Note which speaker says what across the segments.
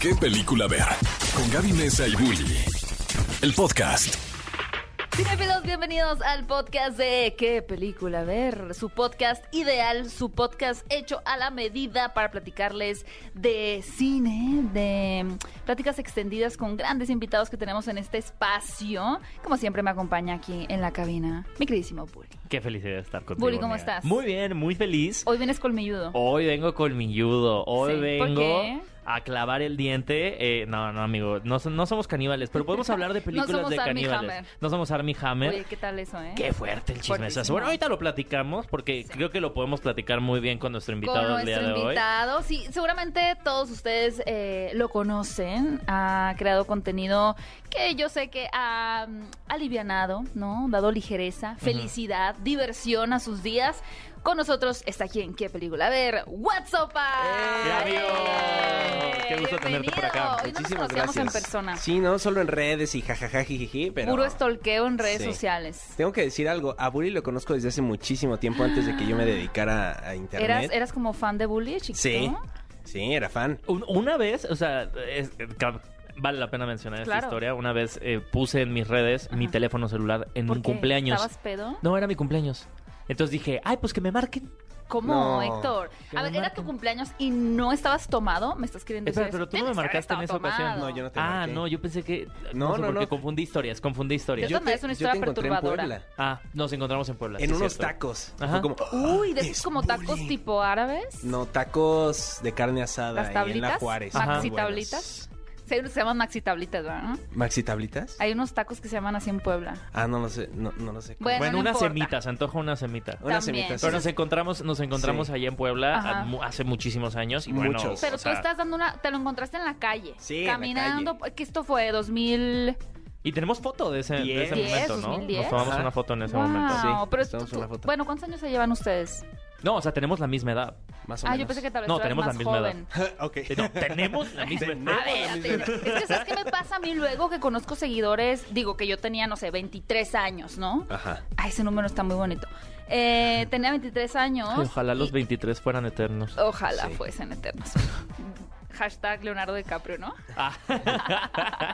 Speaker 1: qué película ver. Con Gaby Mesa y Bully. El podcast.
Speaker 2: Cinefilos, bienvenidos al podcast de ¿Qué película? A ver, su podcast ideal, su podcast hecho a la medida para platicarles de cine, de pláticas extendidas con grandes invitados que tenemos en este espacio. Como siempre me acompaña aquí en la cabina mi queridísimo Bully.
Speaker 3: Qué felicidad de estar contigo.
Speaker 2: Bully, ¿cómo
Speaker 3: amiga.
Speaker 2: estás?
Speaker 3: Muy bien, muy feliz.
Speaker 2: Hoy vienes colmilludo.
Speaker 3: Hoy vengo con mi judo. Hoy
Speaker 2: Sí, ¿por
Speaker 3: vengo
Speaker 2: qué?
Speaker 3: a clavar el diente. Eh, no, no, amigo, no, so- no somos caníbales, pero podemos hablar de películas
Speaker 2: somos
Speaker 3: de
Speaker 2: Armie
Speaker 3: caníbales.
Speaker 2: Hammer.
Speaker 3: No somos Army Hammer.
Speaker 2: Oye, ¿qué tal eso, eh?
Speaker 3: Qué fuerte el chismesazo.
Speaker 2: Fuertísimo.
Speaker 3: Bueno, ahorita lo platicamos porque creo que lo podemos platicar muy bien con nuestro invitado
Speaker 2: Con
Speaker 3: el
Speaker 2: nuestro
Speaker 3: día de hoy.
Speaker 2: invitado. Sí, seguramente todos ustedes eh, lo conocen. Ha creado contenido que yo sé que ha mm, alivianado, ¿no? Dado ligereza, felicidad, diversión a sus días. Con nosotros está aquí en qué película. A ver, What's Up,
Speaker 3: ¡Eh, amigo! Qué gusto tenerte por acá.
Speaker 2: Hoy no nos
Speaker 4: Muchísimas
Speaker 2: conocíamos
Speaker 4: gracias.
Speaker 2: en persona.
Speaker 4: Sí, no solo en redes y jajaja jijiji, pero
Speaker 2: Puro estolqueo en redes
Speaker 4: Sí.
Speaker 2: sociales.
Speaker 4: tengo que decir algo. A Bully lo conozco desde hace muchísimo tiempo antes de que yo me dedicara a, a internet.
Speaker 2: ¿Eras, ¿Eras como fan de Bully, chiquito?
Speaker 4: Sí, sí, era fan.
Speaker 3: Un- Una vez, o sea, es- ca- vale la pena mencionar
Speaker 2: Claro.
Speaker 3: esta historia. Una vez eh, puse en mis redes mi
Speaker 2: Ajá.
Speaker 3: teléfono celular en
Speaker 2: ¿Por
Speaker 3: un
Speaker 2: qué?
Speaker 3: cumpleaños.
Speaker 2: ¿Estabas pedo?
Speaker 3: No, era mi cumpleaños. Entonces dije, ay, pues que me marquen.
Speaker 2: ¿Cómo,
Speaker 4: No.
Speaker 2: Héctor?
Speaker 3: Que
Speaker 2: A
Speaker 3: me
Speaker 2: ver, era
Speaker 3: marquen.
Speaker 2: tu cumpleaños y no estabas tomado, me estás queriendo decir.
Speaker 3: Espera, pero
Speaker 2: eso?
Speaker 3: tú no me
Speaker 2: Tienes que haber
Speaker 3: marcaste en
Speaker 2: estado
Speaker 3: esa ocasión.
Speaker 2: tomado.
Speaker 4: No, yo no te
Speaker 3: Ah,
Speaker 4: marqué.
Speaker 3: no, yo pensé que. No,
Speaker 4: No,
Speaker 3: sé
Speaker 4: no,
Speaker 3: por qué,
Speaker 4: no.
Speaker 3: confundí historias, confundí historias.
Speaker 2: Yo- también es una
Speaker 4: te
Speaker 2: historia
Speaker 4: encontré
Speaker 2: perturbadora.
Speaker 4: En, Puebla,
Speaker 3: Ah, nos encontramos en Puebla.
Speaker 4: en
Speaker 3: sí,
Speaker 4: unos
Speaker 3: cierto.
Speaker 4: tacos.
Speaker 3: Ajá.
Speaker 4: Fue como, "Ah,
Speaker 2: Uy, de esos
Speaker 4: es
Speaker 2: como tacos
Speaker 4: Bully".
Speaker 2: tipo árabes.
Speaker 4: No, tacos de carne asada
Speaker 2: ¿Las
Speaker 4: ahí en la
Speaker 2: tablitas?
Speaker 4: Juárez.
Speaker 3: Ajá.
Speaker 4: Muy
Speaker 2: ¿Maxi
Speaker 4: buenos.
Speaker 2: tablitas? Sí, hay unos que se llaman maxi tablitas, ¿verdad?
Speaker 4: ¿Maxi tablitas?
Speaker 2: Hay unos tacos que se llaman así en Puebla.
Speaker 4: Ah, no lo sé, no, no lo sé.
Speaker 2: Bueno,
Speaker 3: Bueno,
Speaker 2: no
Speaker 3: una
Speaker 2: importa.
Speaker 3: semita, se antoja una semita.
Speaker 4: Unas
Speaker 2: también.
Speaker 4: semitas.
Speaker 3: Pero nos encontramos, nos encontramos
Speaker 4: Sí.
Speaker 3: allá en Puebla
Speaker 2: Ajá.
Speaker 3: a- mu- hace muchísimos años. Y bueno,
Speaker 4: Muchos.
Speaker 2: Pero
Speaker 3: o sea,
Speaker 2: tú estás dando una. Te lo encontraste en la calle.
Speaker 4: Sí, en la
Speaker 2: Caminando. Que esto fue 2000.
Speaker 3: Y tenemos foto de ese, de
Speaker 4: Diez.
Speaker 3: ese
Speaker 2: Diez,
Speaker 3: momento, ¿no?
Speaker 2: 2010.
Speaker 3: Nos tomamos
Speaker 4: Ajá.
Speaker 3: una foto en ese
Speaker 2: wow.
Speaker 3: momento.
Speaker 4: Sí,
Speaker 2: pero
Speaker 4: estamos
Speaker 2: tú-
Speaker 4: en la
Speaker 2: tú-
Speaker 4: foto.
Speaker 2: Bueno, ¿cuántos años se llevan ustedes?
Speaker 3: No, o sea, tenemos la misma edad.
Speaker 4: Más o
Speaker 2: Ah,
Speaker 4: menos.
Speaker 2: yo pensé que tal vez
Speaker 3: No,
Speaker 2: tú eras
Speaker 3: tenemos la
Speaker 2: más
Speaker 3: misma edad.
Speaker 2: joven.
Speaker 4: ok.
Speaker 3: Eh, No, tenemos la misma edad.
Speaker 2: A ver, es que ¿sabes qué me pasa a mí luego que conozco seguidores? Digo que yo tenía, no sé, 23 años, ¿no?
Speaker 4: Ajá.
Speaker 2: Ay, ese número está muy bonito. Eh, tenía 23 años.
Speaker 3: Ay, Ojalá los
Speaker 2: y-
Speaker 3: 23 fueran eternos.
Speaker 2: Ojalá
Speaker 4: Sí.
Speaker 2: fuesen eternos. Hashtag Leonardo DiCaprio, ¿no?
Speaker 3: Ah,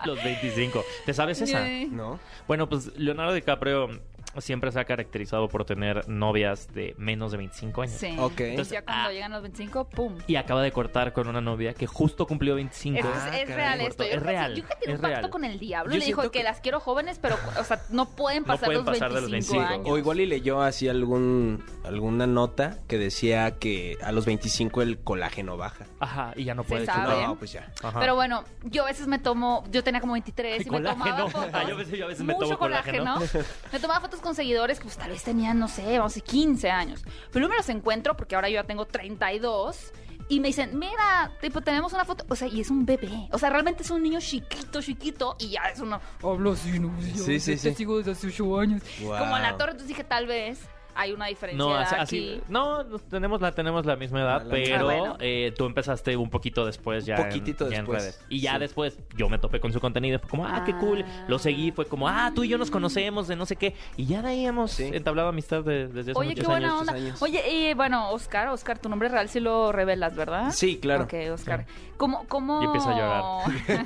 Speaker 3: los 25. ¿Te sabes esa?
Speaker 2: Eh,
Speaker 4: No.
Speaker 3: Bueno, pues Leonardo DiCaprio siempre se ha caracterizado por tener novias de menos de 25 años.
Speaker 2: Sí.
Speaker 4: Ok.
Speaker 2: Entonces, ya cuando
Speaker 3: ah.
Speaker 2: llegan los 25, ¡pum!
Speaker 3: Y acaba de cortar con una novia que justo cumplió 25.
Speaker 2: Eso
Speaker 4: Ah,
Speaker 2: es, es
Speaker 4: caray,
Speaker 2: real
Speaker 4: corto.
Speaker 2: esto. Yo
Speaker 3: Es
Speaker 2: creo que sí,
Speaker 3: real,
Speaker 2: Yo creo que tiene
Speaker 3: es
Speaker 2: un pacto
Speaker 3: real.
Speaker 2: con el diablo.
Speaker 3: Yo
Speaker 2: le dijo
Speaker 3: siento
Speaker 2: que,
Speaker 3: que-
Speaker 2: las quiero jóvenes, pero, o sea, no pueden
Speaker 3: No
Speaker 2: pasar,
Speaker 3: pueden
Speaker 2: los,
Speaker 3: pasar de
Speaker 2: 25
Speaker 3: los 25.
Speaker 2: años.
Speaker 4: O igual y leyó así algún, alguna nota que decía que a los 25 el colágeno baja.
Speaker 3: Ajá, y ya no
Speaker 2: Se
Speaker 3: puede.
Speaker 2: sabe.
Speaker 3: chupar.
Speaker 4: No, pues ya.
Speaker 3: Ajá.
Speaker 2: Pero bueno, yo a veces me tomo, yo tenía como 23 y me tomaba
Speaker 3: Colágeno.
Speaker 2: fotos.
Speaker 3: Ah, yo a veces- yo a veces me
Speaker 2: mucho
Speaker 3: tomo colágeno.
Speaker 2: Me tomaba fotos con seguidores que pues tal vez tenían, no sé, vamos a decir 15 años. Pero luego me los encuentro porque ahora yo ya tengo 32 y me dicen, mira, tipo, tenemos una foto. O sea, y es un bebé. O sea, realmente es un niño chiquito, chiquito y ya es uno. Hablo así, ¿no? Yo
Speaker 4: Sí, sí,
Speaker 2: te
Speaker 4: sí.
Speaker 2: sigo desde hace 8 años.
Speaker 4: Wow.
Speaker 2: Como a la torre, entonces dije, tal vez hay una diferencia
Speaker 3: No,
Speaker 2: de edad
Speaker 3: así-
Speaker 2: aquí.
Speaker 3: así- no, no, tenemos la, tenemos la misma edad,
Speaker 4: Ah, la
Speaker 3: pero
Speaker 2: misma. Ah, bueno.
Speaker 3: eh, tú empezaste un poquito después ya, en-
Speaker 4: poquitito
Speaker 3: ya en,
Speaker 4: después.
Speaker 3: redes. Y ya
Speaker 4: Sí.
Speaker 3: después yo me topé con su contenido, fue como, ah, qué cool. Lo seguí, fue como, ah, tú y yo nos conocemos de no sé qué. Y ya de ahí hemos
Speaker 4: Sí.
Speaker 3: entablado amistad de- desde hace
Speaker 2: Oye, qué
Speaker 3: muchos
Speaker 2: buena
Speaker 3: años.
Speaker 2: onda.
Speaker 4: años.
Speaker 2: Oye, y bueno, Oscar, Oscar, tu nombre real sí lo revelas, ¿verdad?
Speaker 4: Sí, claro.
Speaker 2: Ok, Oscar. ¿Cómo, cómo...
Speaker 3: Y empieza a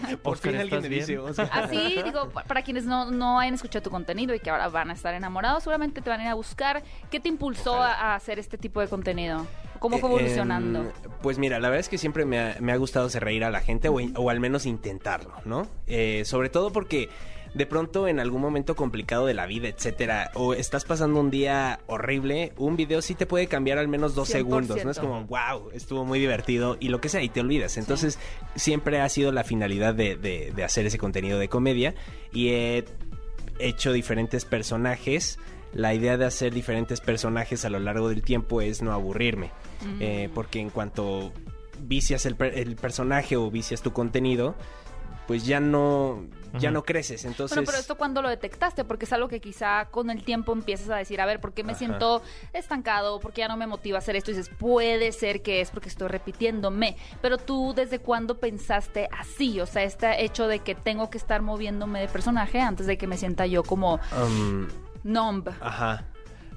Speaker 3: llorar.
Speaker 4: Por
Speaker 3: Oscar,
Speaker 4: fin alguien
Speaker 3: ¿estás
Speaker 4: le
Speaker 3: bien?
Speaker 4: dice. o sea,
Speaker 2: Así, digo, pa- para quienes no, no hayan escuchado tu contenido y que ahora van a estar enamorados, seguramente te van a ir a buscar. ¿Qué te impulsó a, a hacer este tipo de contenido? ¿Cómo fue
Speaker 4: eh,
Speaker 2: evolucionando?
Speaker 4: em, pues mira, la verdad es que siempre me ha, me ha gustado hacer reír a la gente o, o al menos intentarlo, ¿no? Eh, sobre todo porque de pronto en algún momento complicado de la vida, etcétera, o estás pasando un día horrible, un video sí te puede cambiar al menos dos
Speaker 2: 100%.
Speaker 4: segundos, ¿no? Es como, wow, estuvo muy divertido y lo que sea, y te olvidas. Entonces, siempre ha sido la finalidad de, de- de hacer ese contenido de comedia y he hecho diferentes personajes. La idea de hacer diferentes personajes a lo largo del tiempo es no aburrirme. Eh, porque en cuanto vicias el, per- el personaje o vicias tu contenido, pues ya no, ya
Speaker 3: Ujú.
Speaker 4: no creces. Entonces,
Speaker 2: Bueno, pero esto cuando lo detectaste, porque es algo que quizá con el tiempo empiezas a decir, a ver, ¿por qué me
Speaker 4: Ajá.
Speaker 2: siento estancado? ¿Por qué ya no me motiva a hacer esto? Y dices, puede ser que es porque estoy repitiéndome. Pero tú, ¿desde cuándo pensaste así? O sea, este hecho de que tengo que estar moviéndome de personaje antes de que me sienta yo como
Speaker 4: um,
Speaker 2: numb.
Speaker 4: ajá.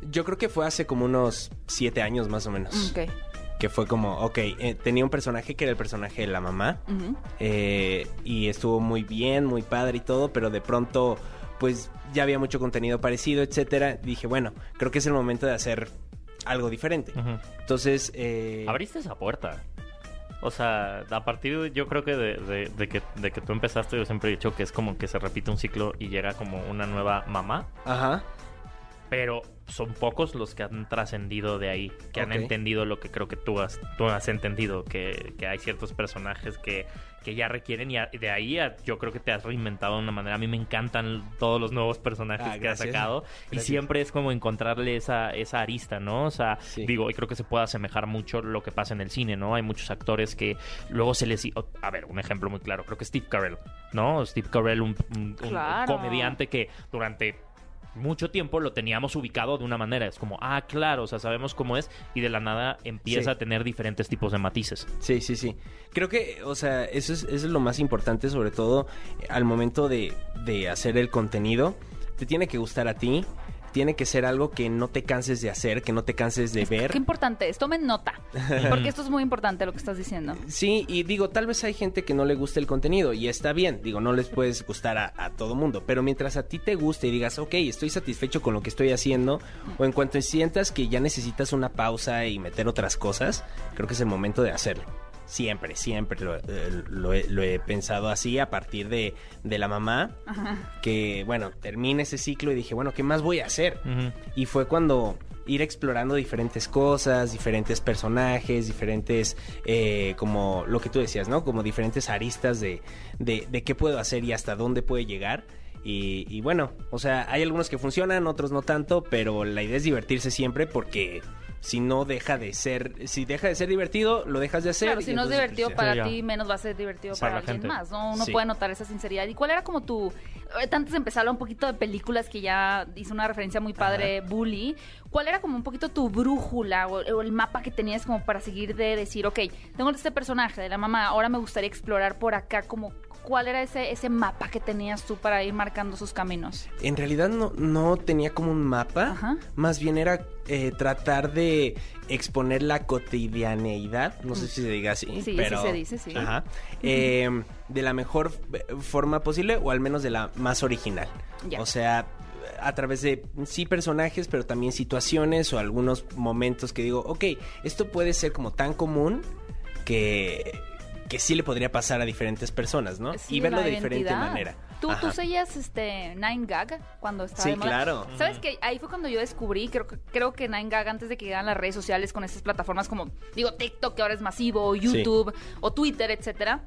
Speaker 4: Yo creo que fue hace como unos siete años más o menos.
Speaker 2: Mm, Ok.
Speaker 4: que fue como, ok, eh, tenía un personaje que era el personaje de la mamá
Speaker 2: Ujú.
Speaker 4: eh, y estuvo muy bien, muy padre y todo, pero de pronto pues ya había mucho contenido parecido, etcétera. Dije, bueno, creo que es el momento de hacer algo diferente.
Speaker 3: Mm.
Speaker 5: Ujú.
Speaker 4: Entonces, eh,
Speaker 3: Abriste esa puerta. O sea, a partir de- yo creo que de, de- de que de que tú empezaste, yo siempre he dicho que es como que se repite un ciclo y llega como una nueva mamá,
Speaker 4: ajá,
Speaker 3: pero son pocos los que han trascendido de ahí, que han
Speaker 4: Ok.
Speaker 3: entendido lo que creo que tú has, tú has entendido, que, que hay ciertos personajes que, que ya requieren y a- de ahí a- yo creo que te has reinventado de una manera. A mí me encantan todos los nuevos personajes
Speaker 4: Ah,
Speaker 3: que has
Speaker 4: gracias.
Speaker 3: sacado y
Speaker 4: Gracias.
Speaker 3: siempre es como encontrarle esa, esa arista, ¿no? O sea,
Speaker 4: Sí.
Speaker 3: digo, y creo que se puede asemejar mucho lo que pasa en el cine, ¿no? Hay muchos actores que luego se les... o- A ver, un ejemplo muy claro, creo que Steve Carell, ¿no? Steve Carell, un- un- un
Speaker 2: Claro.
Speaker 3: comediante gente que durante mucho tiempo lo teníamos ubicado de una manera. Es como, ah, claro, o sea, sabemos cómo es. Y de la nada empieza
Speaker 4: Sí.
Speaker 3: a tener diferentes tipos de matices.
Speaker 4: Sí, sí, sí. Creo que, o sea, eso es, eso es lo más importante, sobre todo eh, al momento de, de hacer el contenido. Te tiene que gustar a ti, tiene que ser algo que no te canses de hacer, que no te canses de ver.
Speaker 2: Qué importante es, tomen nota, porque esto es muy importante lo que estás diciendo.
Speaker 4: Sí, y digo, tal vez hay gente que no le guste el contenido y está bien, digo, no les puedes gustar a, a todo mundo, pero mientras a ti te guste y digas, ok, estoy satisfecho con lo que estoy haciendo, o en cuanto sientas que ya necesitas una pausa y meter otras cosas, creo que es el momento de hacerlo. Siempre, siempre lo, eh, lo he, lo he pensado así a partir de, de la mamá, que bueno, termina ese ciclo y dije, bueno, ¿qué más voy a hacer? Y fue cuando ir explorando diferentes cosas, diferentes personajes, diferentes, eh, como lo que tú decías, ¿no? Como diferentes aristas de, de, de qué puedo hacer y hasta dónde puede llegar. Y, y bueno, o sea, hay algunos que funcionan, otros no tanto, pero la idea es divertirse siempre porque si no deja de ser, si deja de ser divertido, lo dejas de hacer.
Speaker 2: Claro,
Speaker 4: y
Speaker 2: si no es
Speaker 4: entonces, pues,
Speaker 2: divertido
Speaker 4: ya.
Speaker 2: para
Speaker 3: Sí, ya.
Speaker 2: ti, menos va a ser divertido
Speaker 3: Sí.
Speaker 2: para
Speaker 3: Para la
Speaker 2: alguien
Speaker 3: gente.
Speaker 2: más, ¿no? Uno
Speaker 4: Sí.
Speaker 2: puede notar esa sinceridad. ¿Y cuál era como tu... ahorita Antes de empezar, un poquito de películas que ya hizo una referencia muy padre, Bully. ¿Cuál era como un poquito tu brújula o, o el mapa que tenías como para seguir de decir, ok, tengo este personaje de la mamá, ahora me gustaría explorar por acá como... ¿Cuál era ese, ese mapa que tenías tú para ir marcando sus caminos?
Speaker 4: En realidad no, no tenía como un mapa,
Speaker 2: Ajá.
Speaker 4: más bien era eh, tratar de exponer la cotidianeidad, no sé si se diga así,
Speaker 2: Sí, sí
Speaker 4: pero
Speaker 2: se dice, sí.
Speaker 4: Ajá. Eh, de la mejor eh, forma posible o al menos de la más original.
Speaker 2: Ya.
Speaker 4: O sea, a través de sí personajes, pero también situaciones o algunos momentos que digo, ok, esto puede ser como tan común que, que sí le podría pasar a diferentes personas, ¿no?
Speaker 2: Sí,
Speaker 4: y verlo
Speaker 2: la
Speaker 4: de diferente
Speaker 2: identidad.
Speaker 4: manera.
Speaker 2: ¿Tú,
Speaker 4: Ajá.
Speaker 2: tú seguías este, Nine Gag cuando estaba
Speaker 4: Sí,
Speaker 2: de moda?
Speaker 4: claro.
Speaker 2: ¿Sabes qué? Ahí fue cuando yo descubrí, creo, que- creo que Nine Gag, antes de que llegaran las redes sociales con estas plataformas como, digo, TikTok, que ahora es masivo, o YouTube, o Twitter, etcétera.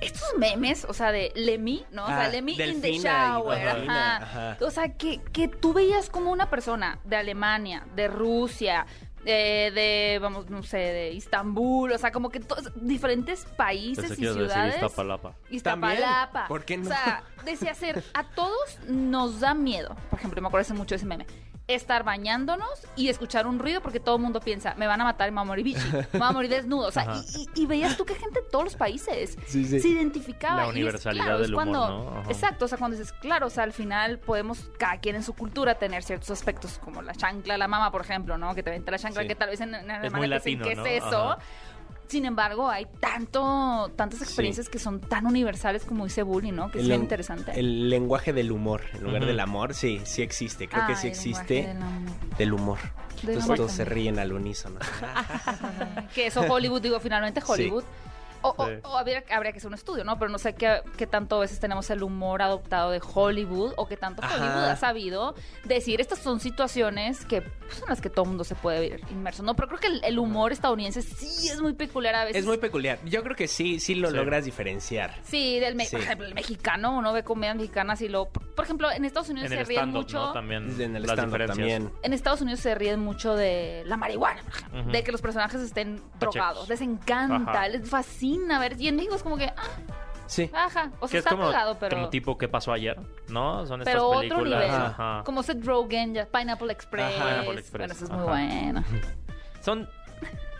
Speaker 2: Estos memes, o sea, de Lemmy, ¿no? O sea,
Speaker 4: Ah,
Speaker 2: Lemmy in the
Speaker 4: Delfina y
Speaker 2: shower.
Speaker 4: Delfina,
Speaker 2: ajá.
Speaker 4: ajá.
Speaker 2: O sea, que, que tú veías como una persona de Alemania, de Rusia, eh, de, vamos, no sé, de Istambul, o sea, como que todos- diferentes países
Speaker 3: Pensé que
Speaker 2: y
Speaker 3: ibas a decir
Speaker 2: ciudades.
Speaker 3: Iztapalapa.
Speaker 2: Iztapalapa.
Speaker 4: ¿Por qué no?
Speaker 2: O sea, decía ser, a todos nos da miedo. Por ejemplo, me acuerdo hace mucho de ese meme. Estar bañándonos y escuchar un ruido porque todo el mundo piensa, me van a matar y me voy a morir bichi, me voy a morir desnudo. O sea,
Speaker 3: Ajá.
Speaker 2: y, y- y veías tú que gente de todos los países
Speaker 4: Sí, sí.
Speaker 2: se identificaba.
Speaker 3: La
Speaker 2: Y es-
Speaker 3: universalidad
Speaker 2: claro, es
Speaker 3: del humor,
Speaker 2: cuando-
Speaker 3: ¿no? Ajá.
Speaker 2: Exacto, o sea, cuando dices, claro, o sea, al final podemos, cada quien en su cultura, tener ciertos aspectos como la chancla, la mamá, por ejemplo, ¿no? Que te venta la chancla,
Speaker 4: Sí.
Speaker 2: que tal vez en, en Alemania
Speaker 3: muy
Speaker 2: te dicen,
Speaker 3: latino,
Speaker 2: ¿qué
Speaker 3: ¿no?
Speaker 2: es eso?
Speaker 3: Ajá.
Speaker 2: Sin embargo, hay tanto, tantas experiencias que son tan universales como dice Bully, ¿no? Que es bien
Speaker 4: len-
Speaker 2: interesante.
Speaker 4: El lenguaje del humor, en lugar
Speaker 3: Ujú.
Speaker 4: del amor, sí, sí existe. Creo que
Speaker 2: Ay,
Speaker 4: sí
Speaker 2: Ah, el lenguaje
Speaker 4: existe
Speaker 2: del amor.
Speaker 4: del humor. Entonces
Speaker 2: amor
Speaker 4: todos se
Speaker 2: también. Ah,
Speaker 4: ríen al unísono.
Speaker 2: Que eso Hollywood, digo, finalmente Hollywood. O, o-
Speaker 3: Sí.
Speaker 2: o habría, habría que hacer un estudio, ¿no? Pero no sé qué, qué tanto a veces tenemos el humor adoptado de Hollywood o qué tanto
Speaker 4: Ajá.
Speaker 2: Hollywood ha sabido decir estas son situaciones que pues, son las que todo el mundo se puede ver inmerso, ¿no? Pero creo que el, el humor estadounidense sí es muy peculiar a veces.
Speaker 4: es muy peculiar. Yo creo que sí, sí lo
Speaker 3: Sí.
Speaker 4: logras diferenciar.
Speaker 2: Sí, del me-
Speaker 4: Sí.
Speaker 2: por ejemplo, el mexicano, uno ve comedias mexicanas y lo... Por ejemplo, en Estados Unidos
Speaker 3: En
Speaker 2: se
Speaker 3: el
Speaker 2: ríen
Speaker 3: stand-up,
Speaker 2: mucho...
Speaker 3: ¿no? También
Speaker 4: En el
Speaker 3: las
Speaker 4: stand
Speaker 3: diferencias.
Speaker 4: también.
Speaker 2: En Estados Unidos se ríen mucho de la marihuana, por ejemplo,
Speaker 3: Ujú.
Speaker 2: de que los personajes estén
Speaker 3: Pachecos.
Speaker 2: drogados. Les encanta,
Speaker 3: Ajá.
Speaker 2: les fascina ver. Y en México es como que, ah,
Speaker 4: Sí.
Speaker 2: ajá. O
Speaker 3: que
Speaker 2: sea,
Speaker 3: es
Speaker 2: está
Speaker 3: como,
Speaker 2: drogado, pero.
Speaker 3: como tipo ¿Qué pasó ayer? ¿No? Son estas
Speaker 2: pero otro
Speaker 3: películas.
Speaker 2: nivel.
Speaker 3: ajá.
Speaker 2: Como Seth Rogen, ya, Pineapple Express.
Speaker 3: Ajá, Pineapple Express,
Speaker 2: Bueno, eso es
Speaker 3: ajá.
Speaker 2: muy bueno.
Speaker 3: Son...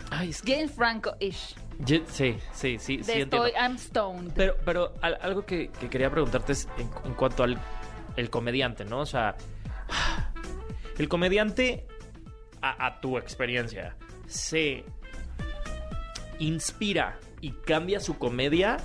Speaker 3: Ay, es que...
Speaker 2: James Franco-ish.
Speaker 5: Ye- Sí, sí, sí,
Speaker 2: De
Speaker 5: sí entiendo.
Speaker 2: estoy, I'm stoned.
Speaker 5: Pero, pero al- algo que, que quería preguntarte es en, en cuanto al el comediante, ¿no? O sea, el comediante, a, a tu experiencia, se
Speaker 3: inspira y cambia su comedia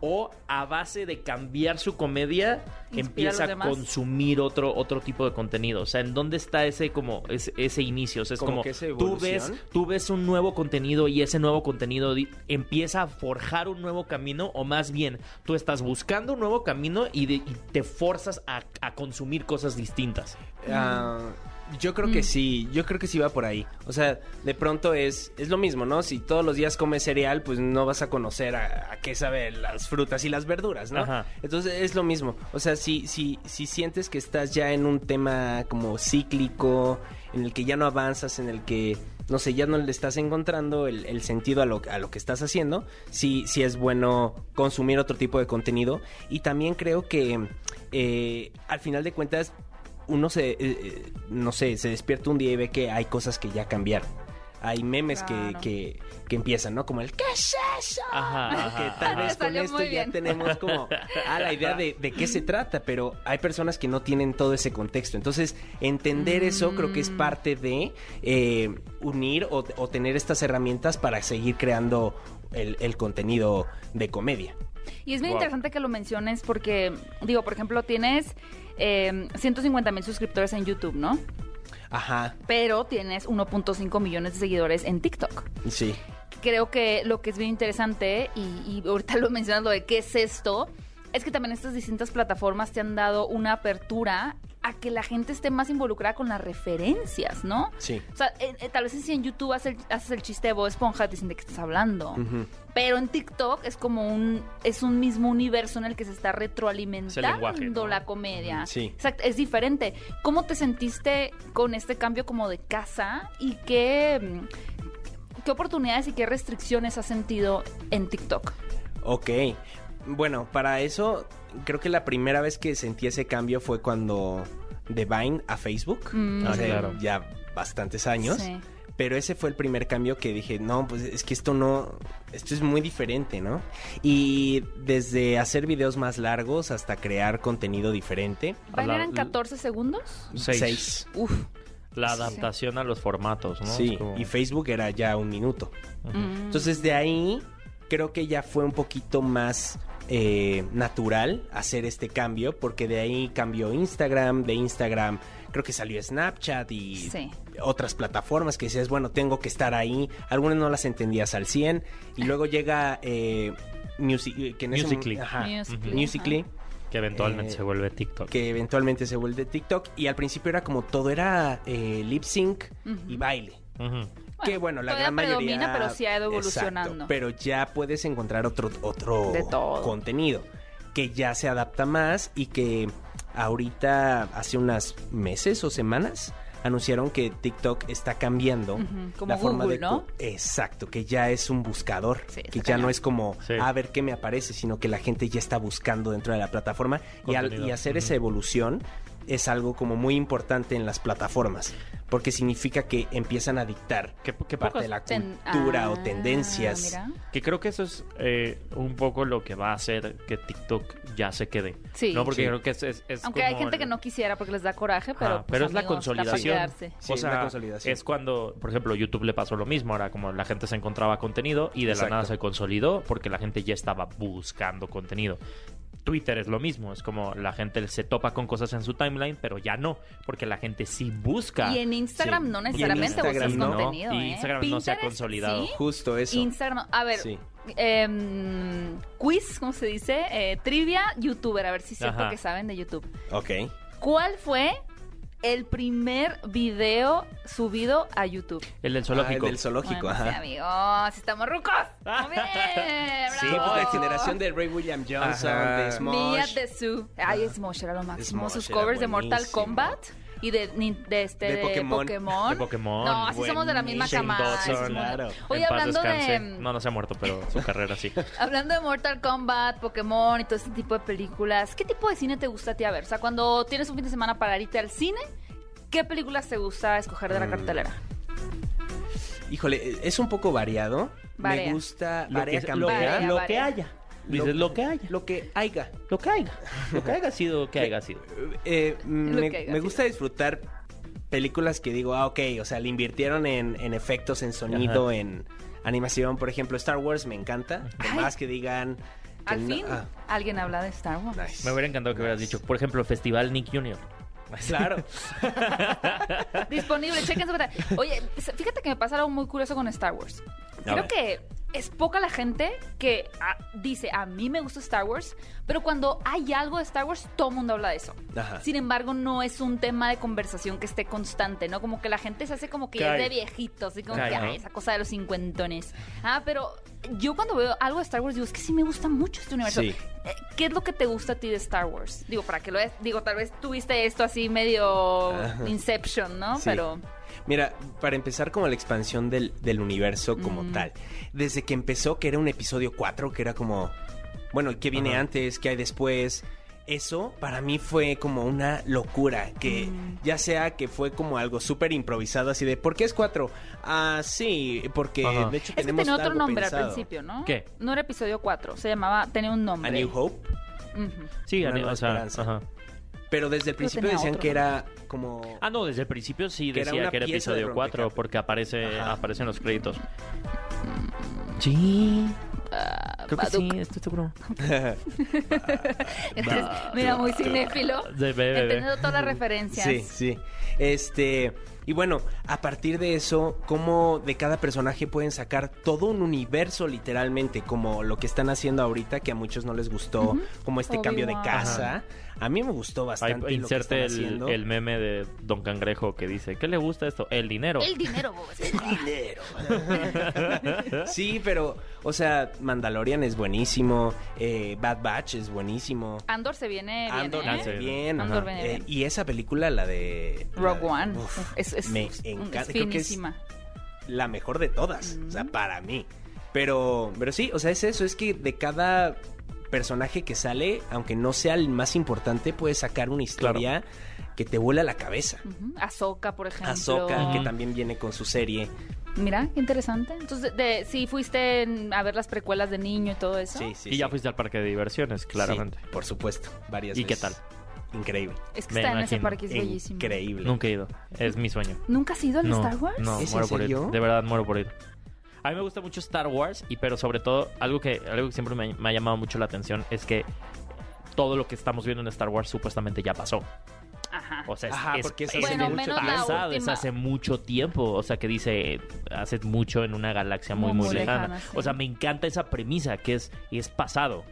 Speaker 3: o a base de cambiar su comedia
Speaker 2: Inspira a
Speaker 3: empieza
Speaker 2: los
Speaker 3: a
Speaker 2: demás.
Speaker 3: consumir otro otro tipo de contenido, o sea, ¿en dónde está ese como ese, ese inicio? O sea, es
Speaker 4: Como
Speaker 3: como,
Speaker 4: que esa
Speaker 3: tú ves
Speaker 4: evolución.
Speaker 3: tú ves un nuevo contenido y ese nuevo contenido di- empieza a forjar un nuevo camino o más bien tú estás buscando un nuevo camino y, de- y te forzas a, a consumir cosas distintas.
Speaker 4: Ah,
Speaker 2: mm.
Speaker 4: yo creo que sí, yo creo que sí va por ahí. O sea, de pronto es, es lo mismo, ¿no? Si todos los días comes cereal, pues no vas a conocer a, a qué saben las frutas y las verduras, ¿no?
Speaker 3: Ajá.
Speaker 4: Entonces es lo mismo. O sea, si, si, si sientes que estás ya en un tema como cíclico, en el que ya no avanzas, en el que, no sé, ya no le estás encontrando el, el sentido a lo, a lo que estás haciendo, sí, sí es bueno consumir otro tipo de contenido. Y también creo que eh, al final de cuentas uno se, eh, eh, no sé, se despierta un día y ve que hay cosas que ya cambiaron. Hay memes que-
Speaker 2: Claro.
Speaker 4: que, que empiezan, ¿no? Como el ¿qué es eso?
Speaker 3: Ajá,
Speaker 4: Ah,
Speaker 3: ajá,
Speaker 4: que tal
Speaker 2: ajá.
Speaker 4: vez
Speaker 2: Te
Speaker 4: con
Speaker 2: salió
Speaker 4: esto
Speaker 2: muy
Speaker 4: ya
Speaker 2: bien.
Speaker 4: tenemos como ah, la idea de, de qué se trata, pero hay personas que no tienen todo ese contexto. Entonces, entender eso creo que es
Speaker 2: Mm.
Speaker 4: parte de eh, unir o, o tener estas herramientas para seguir creando el, el contenido de comedia.
Speaker 2: Y es muy
Speaker 3: Wow.
Speaker 2: interesante que lo menciones porque, digo, por ejemplo, tienes eh, 150 mil suscriptores en YouTube, ¿no?
Speaker 4: Ajá,
Speaker 2: Pero tienes 1.5 millones de seguidores en TikTok.
Speaker 4: sí.
Speaker 2: creo que lo que es bien interesante, y, y ahorita lo mencionas lo de qué es esto, es que también estas distintas plataformas te han dado una apertura a que la gente esté más involucrada con las referencias, ¿no?
Speaker 4: Sí.
Speaker 2: O sea, eh, eh, tal vez si en YouTube haces el, haces el chiste de Bob Esponja, te dicen de qué estás hablando.
Speaker 4: Ujú.
Speaker 2: Pero en TikTok es como un es un mismo universo en el que se está retroalimentando
Speaker 3: lenguaje, ¿no?
Speaker 2: la comedia.
Speaker 4: Sí.
Speaker 2: Exacto, es diferente. ¿Cómo te sentiste con este cambio como de casa y qué mm, qué oportunidades y qué restricciones has sentido en TikTok?
Speaker 4: Ok. Bueno, para eso, creo que la primera vez que sentí ese cambio fue cuando de Vine a Facebook.
Speaker 2: Mm.
Speaker 3: Ah,
Speaker 4: hace
Speaker 3: claro.
Speaker 4: ya bastantes años.
Speaker 2: Sí.
Speaker 4: Pero ese fue el primer cambio que dije, no, pues es que esto no, esto es muy diferente, ¿no? Y desde hacer videos más largos hasta crear contenido diferente.
Speaker 2: ¿Vale,
Speaker 3: La-
Speaker 2: eran 14 segundos?
Speaker 3: Seis.
Speaker 2: Uf.
Speaker 3: La
Speaker 2: Sí.
Speaker 3: adaptación a los formatos, ¿no?
Speaker 4: Sí,
Speaker 3: Es como-
Speaker 4: y Facebook era ya un minuto.
Speaker 3: Ujú.
Speaker 2: Mm.
Speaker 4: Entonces de ahí creo que ya fue un poquito más eh, natural hacer este cambio, porque de ahí cambió Instagram, de Instagram creo que salió Snapchat y
Speaker 2: Sí.
Speaker 4: otras plataformas que decías, bueno, tengo que estar ahí. Algunas no las entendías al 100. Y luego llega eh, Music, que en ese-
Speaker 3: Musical.ly.
Speaker 4: ajá,
Speaker 2: Musical.ly,
Speaker 4: Musical.ly,
Speaker 3: que eventualmente
Speaker 4: Eh,
Speaker 3: se vuelve TikTok.
Speaker 4: que eventualmente se vuelve TikTok. Y al principio era como todo era eh, lip sync
Speaker 2: Ujú.
Speaker 4: y baile.
Speaker 3: Ujú.
Speaker 4: que bueno, la
Speaker 2: todavía
Speaker 4: gran mayoría.
Speaker 2: predomina, pero sí ha ido
Speaker 4: Exacto,
Speaker 2: evolucionando.
Speaker 4: pero ya puedes encontrar otro, otro
Speaker 2: De todo.
Speaker 4: contenido que ya se adapta más y que ahorita, hace unas meses o semanas, anunciaron que TikTok está cambiando
Speaker 2: Ujú, como
Speaker 4: la forma
Speaker 2: Google,
Speaker 4: de.
Speaker 2: ¿no?
Speaker 4: co- Exacto, que ya es un buscador.
Speaker 2: Sí, está
Speaker 4: que ya
Speaker 2: cañón.
Speaker 4: no es como "Ah,
Speaker 3: Sí.
Speaker 4: a ver qué me aparece, sino que la gente ya está buscando dentro de la plataforma y, al-
Speaker 3: Contenido.
Speaker 4: y hacer
Speaker 3: Ujú.
Speaker 4: esa evolución es algo como muy importante en las plataformas, porque significa que empiezan a dictar
Speaker 3: Que, que
Speaker 4: parte
Speaker 3: pocas-
Speaker 4: de la
Speaker 2: Ten-
Speaker 4: cultura
Speaker 2: Ah,
Speaker 4: o tendencias.
Speaker 2: mira.
Speaker 3: que creo que eso es eh, un poco lo que va a hacer que TikTok ya se quede.
Speaker 2: Sí.
Speaker 3: No, porque
Speaker 4: Sí.
Speaker 3: creo que es. es- es
Speaker 2: Aunque hay
Speaker 3: como
Speaker 2: gente que
Speaker 3: el-
Speaker 2: no quisiera porque les da coraje, pero.
Speaker 3: Ajá,
Speaker 2: pues,
Speaker 3: pero es la
Speaker 2: amigos, está para
Speaker 3: consolidación.
Speaker 2: quedarse.
Speaker 4: Sí,
Speaker 3: o
Speaker 4: es la
Speaker 3: sea,
Speaker 4: consolidación.
Speaker 3: es cuando, por ejemplo, YouTube le pasó lo mismo. Ahora, como la gente se encontraba contenido y de
Speaker 4: Exacto.
Speaker 3: la nada se consolidó porque la gente ya estaba buscando contenido. Twitter es lo mismo. Es como la gente se topa con cosas en su timeline, pero ya no, porque la gente sí busca.
Speaker 2: Y en Instagram
Speaker 4: Sí.
Speaker 2: no necesariamente
Speaker 4: Y en Instagram
Speaker 2: buscas
Speaker 4: no.
Speaker 2: contenido.
Speaker 3: Y
Speaker 2: ¿eh?
Speaker 3: Instagram no se ha
Speaker 2: Pinterest,
Speaker 3: consolidado.
Speaker 2: sí.
Speaker 4: Justo eso.
Speaker 2: Instagram, a ver,
Speaker 4: Sí.
Speaker 2: em, quiz, ¿cómo se dice? Eh, trivia, youtuber, a ver si es cierto
Speaker 3: Ajá.
Speaker 2: que saben de YouTube.
Speaker 4: Ok.
Speaker 2: ¿Cuál fue el primer video subido a YouTube?
Speaker 3: El del zoológico.
Speaker 4: Ah, el del zoológico,
Speaker 2: Bueno, sí,
Speaker 4: ajá.
Speaker 2: amigos, estamos rucos. Muy bien,
Speaker 4: Sí,
Speaker 2: bravo.
Speaker 4: pues la generación de Ray William Johnson,
Speaker 3: Ajá.
Speaker 4: de
Speaker 2: Mia
Speaker 4: Smosh,
Speaker 2: de Su. Ay, Smosh era lo máximo.
Speaker 4: Smosh
Speaker 2: Sus
Speaker 4: era
Speaker 2: covers de Mortal
Speaker 4: buenísimo.
Speaker 2: Kombat y de, ni- de este
Speaker 4: De
Speaker 2: de
Speaker 4: Pokémon.
Speaker 2: Pokémon.
Speaker 3: De Pokémon.
Speaker 2: No, así somos de la misma
Speaker 3: Shane
Speaker 2: camada.
Speaker 3: Dawson,
Speaker 2: eso es muy-
Speaker 4: claro.
Speaker 2: Oye,
Speaker 3: En paz
Speaker 2: hablando de, mm,
Speaker 3: descanse. No, no se ha muerto, pero su carrera sí.
Speaker 2: hablando de Mortal Kombat, Pokémon y todo ese tipo de películas, ¿qué tipo de cine te gusta a ti a ver? O sea, cuando tienes un fin de semana para irte al cine, ¿qué películas te gusta escoger de la
Speaker 4: Mm.
Speaker 2: cartelera?
Speaker 4: Híjole, es un poco variado.
Speaker 2: Varía.
Speaker 4: Me gusta
Speaker 3: Lo
Speaker 4: varía,
Speaker 3: que-
Speaker 4: cambia.
Speaker 2: Varía,
Speaker 3: lo
Speaker 2: varía.
Speaker 3: que haya. Dices lo que haya.
Speaker 4: Lo que haya.
Speaker 3: Lo que haya. Lo que haya sido, lo que haya sido.
Speaker 4: Eh, me,
Speaker 2: que haya
Speaker 4: me
Speaker 2: sido.
Speaker 4: gusta disfrutar películas que digo, ah, ok, o sea, le invirtieron en, en efectos, en sonido, en animación. Por ejemplo, Star Wars me encanta. Por
Speaker 2: Ay.
Speaker 4: más que digan. que
Speaker 2: Al
Speaker 4: no-
Speaker 2: fin,
Speaker 4: ah,
Speaker 2: alguien habla de Star Wars.
Speaker 4: nice.
Speaker 3: Me hubiera encantado que hubieras
Speaker 4: Nice.
Speaker 3: dicho, por ejemplo, el Festival Nick Jr.
Speaker 4: Claro.
Speaker 2: Disponible, chequen su pantalla. Oye, s- fíjate que me pasa algo muy curioso con Star Wars.
Speaker 4: A
Speaker 2: Creo
Speaker 4: ver.
Speaker 2: que es poca la gente que ah, dice, a mí me gusta Star Wars, pero cuando hay algo de Star Wars, todo el mundo habla de eso.
Speaker 4: Ajá.
Speaker 2: Sin embargo, no es un tema de conversación que esté constante, ¿no? Como que la gente se hace como que ya es
Speaker 3: Claro.
Speaker 2: de viejitos, así como
Speaker 3: Claro.
Speaker 2: que, "Ay, esa cosa de los cincuentones. Ah, pero yo cuando veo algo de Star Wars digo, es que sí me gusta mucho este universo.
Speaker 4: Sí.
Speaker 2: Eh, ¿Qué es lo que te gusta a ti de Star Wars? Digo, para que lo es- digo, tal vez tuviste esto así medio
Speaker 4: Ajá.
Speaker 2: Inception, ¿no?
Speaker 4: Ah. Sí.
Speaker 2: Pero
Speaker 4: Mira, para empezar como la expansión del, del universo como tal. Desde que empezó, que era un episodio 4, que era como, bueno, ¿qué viene
Speaker 3: Ajá.
Speaker 4: antes? ¿Qué hay después? Eso para mí fue como una locura, que
Speaker 2: Mm.
Speaker 4: ya sea que fue como algo súper improvisado, así de, ¿por qué es 4? Ah, sí, porque
Speaker 3: Ajá.
Speaker 4: de hecho
Speaker 2: es que
Speaker 4: tenemos
Speaker 2: tenía otro
Speaker 4: algo
Speaker 2: nombre al
Speaker 4: pensado.
Speaker 2: principio, ¿no?
Speaker 3: ¿Qué?
Speaker 2: No era episodio 4, se llamaba, tenía un nombre.
Speaker 4: A New Hope,
Speaker 2: Ujú.
Speaker 3: Sí,
Speaker 4: Una
Speaker 3: ani-
Speaker 4: nueva
Speaker 3: o sea,
Speaker 4: esperanza.
Speaker 3: ajá.
Speaker 4: pero desde el
Speaker 2: Creo que
Speaker 4: principio
Speaker 2: tenía
Speaker 4: decían
Speaker 2: otro
Speaker 4: que era como...
Speaker 3: Ah, no, desde el principio sí
Speaker 4: Que era
Speaker 3: decía
Speaker 4: una
Speaker 3: que era
Speaker 4: pieza de
Speaker 3: episodio 4
Speaker 4: rompecabezas.
Speaker 3: porque aparece,
Speaker 4: Ajá.
Speaker 3: aparecen los créditos. Sí,
Speaker 2: Ah,
Speaker 3: creo que sí,
Speaker 2: Baduk.
Speaker 3: estoy seguro.
Speaker 2: Entonces, mira, muy cinéfilo.
Speaker 3: De- ve- ve- ve.
Speaker 2: Entendiendo todas las referencias.
Speaker 4: Sí, sí. Este, y bueno, a partir de eso, cómo de cada personaje pueden sacar todo un universo literalmente, como lo que están haciendo ahorita, que a muchos no les gustó, como este cambio de
Speaker 2: Obi-Wan.
Speaker 4: casa. A mí me gustó
Speaker 3: Ahí
Speaker 4: bastante. lo que
Speaker 3: inserte
Speaker 4: están
Speaker 3: el,
Speaker 4: haciendo.
Speaker 3: el meme de Don Cangrejo que dice, ¿qué le gusta esto? El dinero.
Speaker 2: El dinero, Bob Esponja.
Speaker 4: dinero. sí, pero, o sea, Mandalorian es buenísimo, eh, Bad Batch es buenísimo.
Speaker 2: Andor se viene
Speaker 4: Andor
Speaker 2: bien, ¿eh?
Speaker 3: se
Speaker 4: viene bien.
Speaker 2: Andor
Speaker 4: ajá.
Speaker 2: viene bien.
Speaker 4: Eh, y esa película, la de... la
Speaker 2: Rogue
Speaker 4: de-
Speaker 2: One.
Speaker 4: uf,
Speaker 2: es, es,
Speaker 4: me
Speaker 2: es
Speaker 4: encanta. Creo que es
Speaker 2: finísima.
Speaker 4: la mejor de todas. O sea, para mí. Pero, pero sí, o sea, es eso, es que de cada personaje que sale, aunque no sea el más importante, puedes sacar una historia que te vuela la cabeza.
Speaker 2: Ujú. Ahsoka, por ejemplo.
Speaker 4: Ahsoka, que también viene con su serie.
Speaker 2: Mira, qué interesante. Entonces, de, si fuiste en- a ver las precuelas de niño y todo eso,
Speaker 4: Sí, sí.
Speaker 3: y ya
Speaker 4: sí.
Speaker 3: fuiste al parque de diversiones, claramente.
Speaker 4: Sí, por supuesto, varias
Speaker 3: ¿Y qué
Speaker 4: veces. Increíble.
Speaker 2: es que
Speaker 3: Me
Speaker 2: está en ese
Speaker 3: imagino.
Speaker 2: parque, es bellísimo.
Speaker 4: Increíble.
Speaker 3: Nunca he ido. Es mi sueño.
Speaker 2: ¿Nunca has ido al de
Speaker 3: No,
Speaker 2: Star Wars?
Speaker 3: no,
Speaker 4: ¿Es en
Speaker 3: muero por ir.
Speaker 4: serio?
Speaker 3: De verdad, muero por ir. A mí me gusta mucho Star Wars, y pero sobre todo, algo que, algo que siempre me, me ha llamado mucho la atención es que todo lo que estamos viendo en Star Wars supuestamente ya pasó.
Speaker 2: Ajá.
Speaker 3: O sea, es-
Speaker 4: Ajá,
Speaker 3: es,
Speaker 4: porque es
Speaker 3: es-
Speaker 4: hace Bueno,
Speaker 3: es
Speaker 2: menos la
Speaker 3: pasado,
Speaker 2: última.
Speaker 3: es hace mucho tiempo. O sea, que dice, eh, hace mucho en una galaxia muy,
Speaker 2: Muy,
Speaker 3: muy,
Speaker 2: muy
Speaker 3: lejana.
Speaker 2: lejana, sí.
Speaker 3: O sea, me encanta esa premisa que es, es pasado.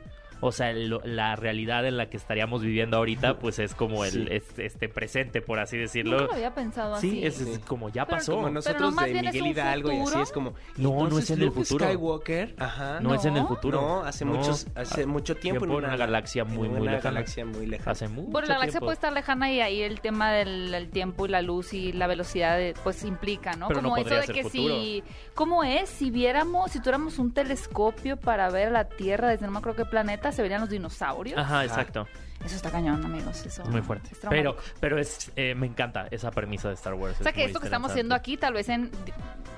Speaker 3: O sea, lo- la realidad en la que estaríamos viviendo ahorita, pues es como el
Speaker 4: Sí.
Speaker 3: es- este presente, por así decirlo.
Speaker 2: Nunca lo había pensado
Speaker 3: sí, es,
Speaker 2: así.
Speaker 3: es
Speaker 4: Sí.
Speaker 3: como ya
Speaker 2: Pero
Speaker 3: pasó.
Speaker 4: Como
Speaker 2: no-
Speaker 4: nosotros
Speaker 2: más
Speaker 4: de
Speaker 2: bien es
Speaker 4: Miguel
Speaker 2: un
Speaker 4: Hidalgo y así
Speaker 2: futuro.
Speaker 4: es como.
Speaker 3: No, no
Speaker 4: entonces
Speaker 3: es en el
Speaker 4: Luke
Speaker 3: futuro.
Speaker 4: Skywalker. Ajá.
Speaker 3: No, es en el
Speaker 2: No.
Speaker 3: futuro.
Speaker 4: No, hace
Speaker 3: No. Ah,
Speaker 4: muchos, hace mucho tiempo,
Speaker 3: en una, galaxia
Speaker 4: en
Speaker 3: muy, muy
Speaker 4: una
Speaker 3: lejana.
Speaker 4: galaxia muy lejana.
Speaker 3: Hace mucho
Speaker 2: Bueno, la galaxia
Speaker 3: tiempo.
Speaker 2: puede estar lejana y ahí el tema del el tiempo y la luz y la velocidad de- pues implica, ¿no?
Speaker 3: Pero no
Speaker 2: Como eso
Speaker 3: podría
Speaker 2: de
Speaker 3: ser
Speaker 2: que
Speaker 3: futuro.
Speaker 2: si... ¿Cómo es? Si viéramos, si tuviéramos un telescopio para ver la Tierra desde no me acuerdo qué planeta, se verían los dinosaurios.
Speaker 3: Ajá, exacto.
Speaker 2: Eso está cañón, amigos. Eso
Speaker 3: Ah. Es muy fuerte.
Speaker 2: es traumático.
Speaker 3: pero pero es eh, me encanta esa premisa de Star Wars.
Speaker 2: O sea, que esto que estamos haciendo aquí tal vez en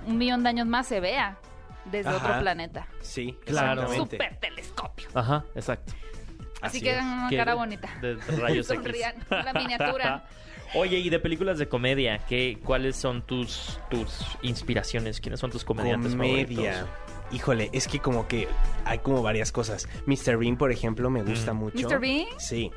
Speaker 2: un millón de años más se vea desde otro
Speaker 4: Ajá.
Speaker 2: planeta.
Speaker 4: Sí,
Speaker 3: Claro.
Speaker 4: exactamente.
Speaker 2: Super telescopio.
Speaker 3: Ajá, exacto.
Speaker 2: Así,
Speaker 4: Así
Speaker 2: que
Speaker 4: es.
Speaker 2: hagan una
Speaker 3: Que-
Speaker 2: Ah, cara bonita.
Speaker 3: De rayos X.
Speaker 2: Sonrían, una miniatura.
Speaker 3: Oye, y de películas de comedia, ¿qué, ¿cuáles son tus, tus inspiraciones? ¿Quiénes son tus comediantes
Speaker 4: Comedia.
Speaker 3: favoritos?
Speaker 4: Híjole, es que como que hay como varias cosas. Mr. Bean, por ejemplo, me gusta
Speaker 3: Mm.
Speaker 4: mucho.
Speaker 2: ¿Mr. Bean?
Speaker 4: Sí.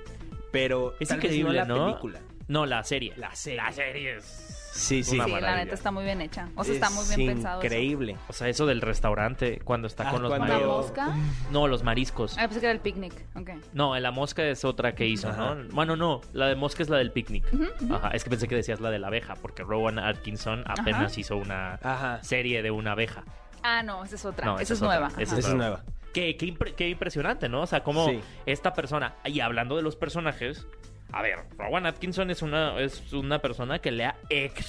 Speaker 4: Pero
Speaker 3: Es
Speaker 4: tal vez no
Speaker 3: increíble,
Speaker 4: la
Speaker 3: ¿no?
Speaker 4: película.
Speaker 3: No, la serie.
Speaker 4: La serie.
Speaker 3: La serie es...
Speaker 4: Sí, sí.
Speaker 3: una
Speaker 2: Sí, la
Speaker 3: maravilla.
Speaker 2: neta está muy bien hecha. O sea, está muy bien
Speaker 4: Es
Speaker 2: pensado. eso.
Speaker 4: Increíble.
Speaker 3: O sea, eso del restaurante cuando está
Speaker 4: Ah,
Speaker 3: con los
Speaker 4: cuando-
Speaker 2: ¿Una
Speaker 3: mareos.
Speaker 2: mosca?
Speaker 3: No, los mariscos.
Speaker 2: Ah, pensé que era el picnic. Ok.
Speaker 3: No, la mosca es otra que hizo,
Speaker 4: Ajá.
Speaker 3: ¿no? Bueno, no, la de mosca es la del picnic. Ajá, es que pensé que decías la de la abeja, porque Rowan Atkinson apenas hizo una
Speaker 4: Ajá.
Speaker 3: serie de una abeja.
Speaker 2: Ah, no, esa es otra.
Speaker 3: No,
Speaker 2: esa,
Speaker 3: esa
Speaker 2: es
Speaker 3: es otra.
Speaker 2: nueva.
Speaker 3: Esa
Speaker 2: Ajá.
Speaker 4: Esa es
Speaker 3: Claro.
Speaker 4: nueva.
Speaker 3: Qué, qué impre- qué impresionante, ¿no? O sea, como
Speaker 4: Sí.
Speaker 3: esta persona, y hablando de los personajes, a ver, Rowan Atkinson es una, es una persona que le ha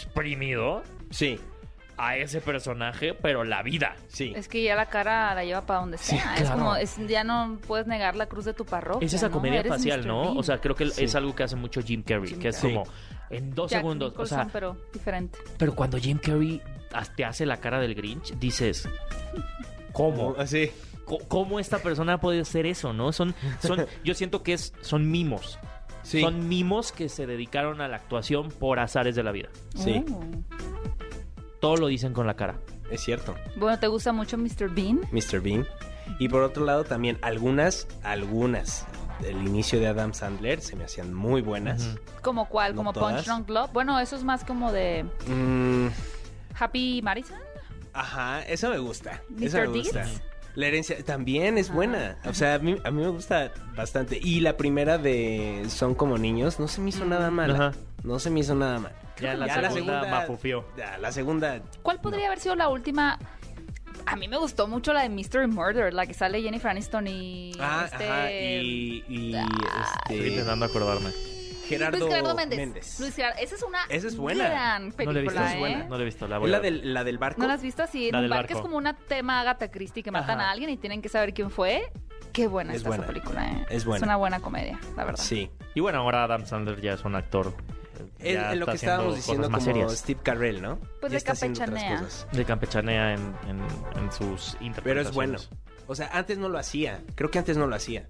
Speaker 3: exprimido
Speaker 4: Sí,
Speaker 3: a ese personaje, pero la vida.
Speaker 4: sí.
Speaker 2: Es que ya la cara la lleva para donde sea. Es
Speaker 3: claro.
Speaker 2: como, es- ya no puedes negar la cruz de tu parroquia.
Speaker 3: Es esa
Speaker 2: ¿no?
Speaker 3: comedia
Speaker 2: Eres
Speaker 3: facial,
Speaker 2: Mr.
Speaker 3: ¿no? O sea, creo que
Speaker 4: Sí.
Speaker 3: es algo que hace mucho Jim Carrey,
Speaker 2: Jim
Speaker 3: que es
Speaker 4: Carrey.
Speaker 3: como en dos
Speaker 2: Jack
Speaker 3: segundos,
Speaker 2: Nicholson,
Speaker 3: o sea,
Speaker 2: pero diferente.
Speaker 3: Pero cuando Jim Carrey as- te hace la cara del Grinch, dices, ¿cómo?
Speaker 4: Así.
Speaker 3: Co- ¿Cómo esta persona puede hacer eso, no? Son, son, yo siento que es, son mimos.
Speaker 4: Sí.
Speaker 3: Son mimos que se dedicaron a la actuación por azares de la vida.
Speaker 4: Sí.
Speaker 2: Oh.
Speaker 3: Todo lo dicen con la cara.
Speaker 4: es cierto.
Speaker 2: Bueno, ¿te gusta mucho Mr. Bean?
Speaker 4: Mr. Bean. Y por otro lado también algunas, algunas. El inicio de Adam Sandler se me hacían muy buenas.
Speaker 2: ¿Como cuál?
Speaker 4: No
Speaker 2: ¿Como Punch
Speaker 4: todas.
Speaker 2: Drunk Love? Bueno, eso es más como de
Speaker 4: Mm,
Speaker 2: Happy Madison.
Speaker 4: ajá, eso me gusta.
Speaker 2: Mr.
Speaker 4: Eso me gusta.
Speaker 2: Deeds.
Speaker 4: La herencia también es buena. O sea, a mí, a mí me gusta bastante. Y la primera de Son como niños no se me hizo nada mal.
Speaker 3: Ajá.
Speaker 4: No se me hizo nada mal.
Speaker 3: Ya la
Speaker 4: Ya
Speaker 3: segunda, mafufió.
Speaker 4: ya la segunda
Speaker 2: ¿Cuál podría haber sido la última? A mí me gustó mucho la de Mystery Murder, la que sale Jennifer Aniston y...
Speaker 4: Ah,
Speaker 2: este- ah.
Speaker 4: ajá, y, y,
Speaker 3: Estoy
Speaker 4: este,
Speaker 3: intentando acordarme.
Speaker 4: Gerardo,
Speaker 2: Luis Gerardo Méndez.
Speaker 4: Méndez.
Speaker 2: Luis Gerardo. Esa es una
Speaker 4: Esa es buena.
Speaker 2: gran
Speaker 3: No la he
Speaker 2: película,
Speaker 3: visto,
Speaker 2: ¿eh?
Speaker 3: es buena. No la he visto, la voy
Speaker 4: ¿Es
Speaker 3: a
Speaker 4: la
Speaker 3: ver.
Speaker 4: del, la del barco?
Speaker 2: ¿No la has visto así? En
Speaker 3: La
Speaker 2: un
Speaker 3: del
Speaker 2: bar que es
Speaker 3: barco.
Speaker 2: como una tema Agatha Christie que matan
Speaker 4: Ajá.
Speaker 2: a alguien y tienen que saber quién fue. Qué buena
Speaker 4: Es
Speaker 2: está
Speaker 4: buena.
Speaker 2: esa película, ¿eh?
Speaker 4: Es buena.
Speaker 2: una buena comedia, la verdad.
Speaker 4: Sí.
Speaker 3: Y bueno, ahora Adam Sandler ya es un actor.
Speaker 4: Es,
Speaker 3: ya
Speaker 4: es lo
Speaker 3: está haciendo
Speaker 4: que estábamos diciendo
Speaker 3: cosas
Speaker 4: como
Speaker 3: más serias.
Speaker 4: Steve Carrell, ¿no?
Speaker 2: Pues
Speaker 4: Ya
Speaker 2: de
Speaker 4: está haciendo otras
Speaker 2: campechanea.
Speaker 4: cosas.
Speaker 3: De campechanea en, en, en sus interpretaciones.
Speaker 4: Pero es bueno. O sea, antes no lo hacía. Creo que antes no lo hacía.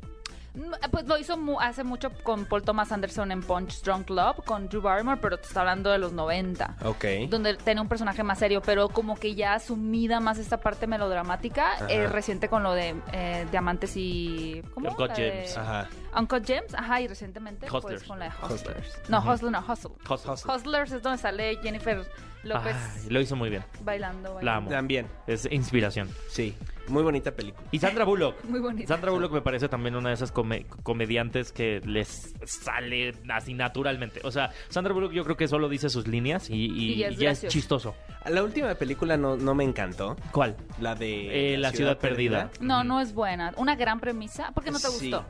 Speaker 2: Mm, Pues lo hizo mu- hace mucho con Paul Thomas Anderson en Punch Drunk Love, con Drew Barrymore, pero te está hablando de los 90.
Speaker 4: Ok.
Speaker 2: Donde tiene un personaje más serio, pero como que ya asumida más esta parte melodramática,
Speaker 4: Ajá.
Speaker 2: eh, reciente con lo de eh, Diamantes y... ¿Cómo?
Speaker 3: Uncut
Speaker 2: La de-
Speaker 3: Gems.
Speaker 4: Ajá.
Speaker 2: Uncle James, ajá, y recientemente pues,
Speaker 3: Hustlers.
Speaker 2: con la de Hustlers. No, Hustle, no, Hustle.
Speaker 3: Hustle.
Speaker 2: Hustlers es donde sale Jennifer López
Speaker 3: Ay, lo hizo muy bien.
Speaker 2: bailando, bailando.
Speaker 3: La amo.
Speaker 4: También.
Speaker 3: Es inspiración.
Speaker 4: Sí. Muy bonita película.
Speaker 3: Y Sandra Bullock.
Speaker 2: Muy bonita.
Speaker 3: Sandra Bullock me parece también una de esas come- comediantes que les sale así naturalmente. O sea, Sandra Bullock yo creo que solo dice sus líneas y, y-
Speaker 2: Y ya es
Speaker 3: y ya es
Speaker 2: gracioso.
Speaker 3: chistoso.
Speaker 4: La última película no, no me encantó.
Speaker 3: ¿Cuál?
Speaker 4: La de...
Speaker 3: Eh, La Ciudad Perdida.
Speaker 2: No, no es buena. Una gran premisa. ¿Por qué no te
Speaker 4: Sí.
Speaker 2: gustó?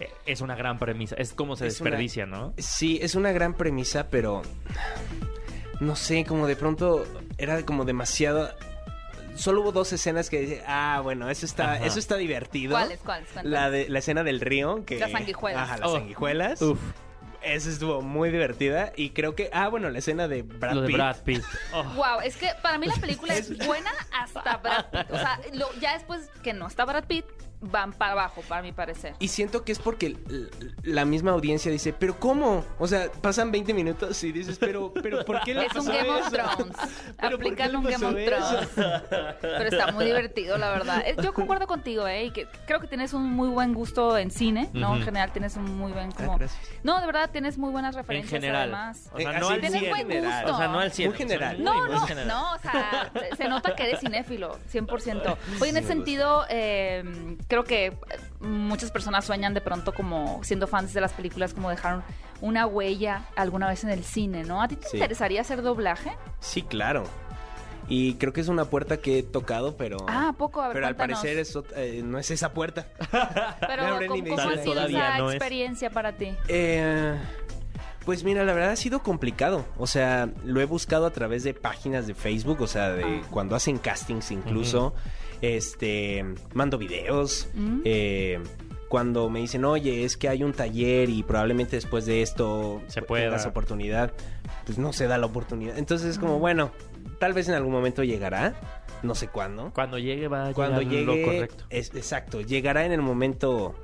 Speaker 3: Eh, Es una gran premisa. Es como se
Speaker 4: Es una-
Speaker 3: desperdicia, ¿no?
Speaker 4: Sí, es una gran premisa, pero no sé, como de pronto era como demasiado. Solo hubo dos escenas que dije, ah, bueno, eso está,
Speaker 3: Ajá.
Speaker 4: eso está divertido.
Speaker 2: ¿Cuáles, cuáles? cuáles?
Speaker 4: La de la escena del río que
Speaker 2: Las sanguijuelas.
Speaker 4: Ajá, las
Speaker 3: Oh.
Speaker 4: sanguijuelas.
Speaker 3: Uf,
Speaker 4: Esa estuvo muy divertida y creo que ah, bueno, la escena de Brad
Speaker 3: lo de
Speaker 4: Pitt.
Speaker 3: Brad Pitt. Oh.
Speaker 2: Wow, es que para mí la película es buena hasta Brad Pitt. O sea, lo- ya después que no está Brad Pitt, van para abajo, para mi parecer.
Speaker 4: Y siento que es porque l- la misma audiencia dice, pero ¿cómo? O sea, pasan 20 minutos y dices, pero, pero ¿por qué le
Speaker 2: Es un
Speaker 4: pasó
Speaker 2: Game of
Speaker 4: eso?
Speaker 2: Thrones.
Speaker 4: ¿por qué
Speaker 2: Aplicarle
Speaker 4: le
Speaker 2: un Game
Speaker 4: pasó
Speaker 2: of
Speaker 4: eso?
Speaker 2: Thrones. Pero está muy divertido, la verdad. Eh, Yo concuerdo contigo, ¿eh? Y que creo que tienes un muy buen gusto en cine, ¿no? En
Speaker 3: Ujú.
Speaker 2: general tienes un muy buen
Speaker 4: Ah,
Speaker 2: como...
Speaker 4: gracias.
Speaker 2: No, de verdad, tienes muy buenas
Speaker 3: En
Speaker 2: referencias
Speaker 3: general.
Speaker 2: además.
Speaker 3: O sea,
Speaker 4: Eh,
Speaker 3: no
Speaker 4: así
Speaker 3: al
Speaker 4: tienes
Speaker 3: 100.
Speaker 2: buen gusto.
Speaker 3: O sea, no al 100.
Speaker 4: Muy general.
Speaker 3: O sea,
Speaker 2: No,
Speaker 3: muy
Speaker 2: no,
Speaker 3: general.
Speaker 2: no, o sea, se- se nota que eres cinéfilo, 100%. Oye, en
Speaker 4: me
Speaker 2: ese sentido, eh, creo que eh, muchas personas sueñan de pronto como siendo fans de las películas, como dejaron una huella alguna vez en el cine, ¿no? ¿A ti te
Speaker 4: Sí.
Speaker 2: interesaría hacer doblaje?
Speaker 4: Sí, claro. Y creo que es una puerta que he tocado, pero.
Speaker 2: Ah, ¿a poco? A ver,
Speaker 4: pero al
Speaker 2: cuéntanos.
Speaker 4: parecer es ot- eh, no es esa puerta.
Speaker 2: Pero,
Speaker 4: Lauren
Speaker 2: ¿cómo,
Speaker 4: y
Speaker 2: cómo
Speaker 3: Tal
Speaker 2: ha
Speaker 3: vez
Speaker 2: sido
Speaker 3: todavía
Speaker 2: esa
Speaker 3: no es.
Speaker 2: experiencia para ti?
Speaker 4: Eh, pues mira, la verdad ha sido complicado. O sea, lo he buscado a través de páginas de Facebook, o sea, de
Speaker 2: Ah.
Speaker 4: cuando hacen castings incluso. Este, mando videos.
Speaker 2: Mm.
Speaker 4: eh, cuando me dicen, oye, es que hay un taller y probablemente después de esto
Speaker 3: Se
Speaker 4: pu-
Speaker 3: pueda.
Speaker 4: tengas oportunidad, pues no se da la oportunidad. Entonces es
Speaker 3: Mm.
Speaker 4: como, bueno, tal vez en algún momento llegará, no sé cuándo.
Speaker 3: Cuando llegue va a
Speaker 4: Cuando
Speaker 3: llegar
Speaker 4: llegue,
Speaker 3: lo correcto.
Speaker 4: es- exacto, llegará en el momento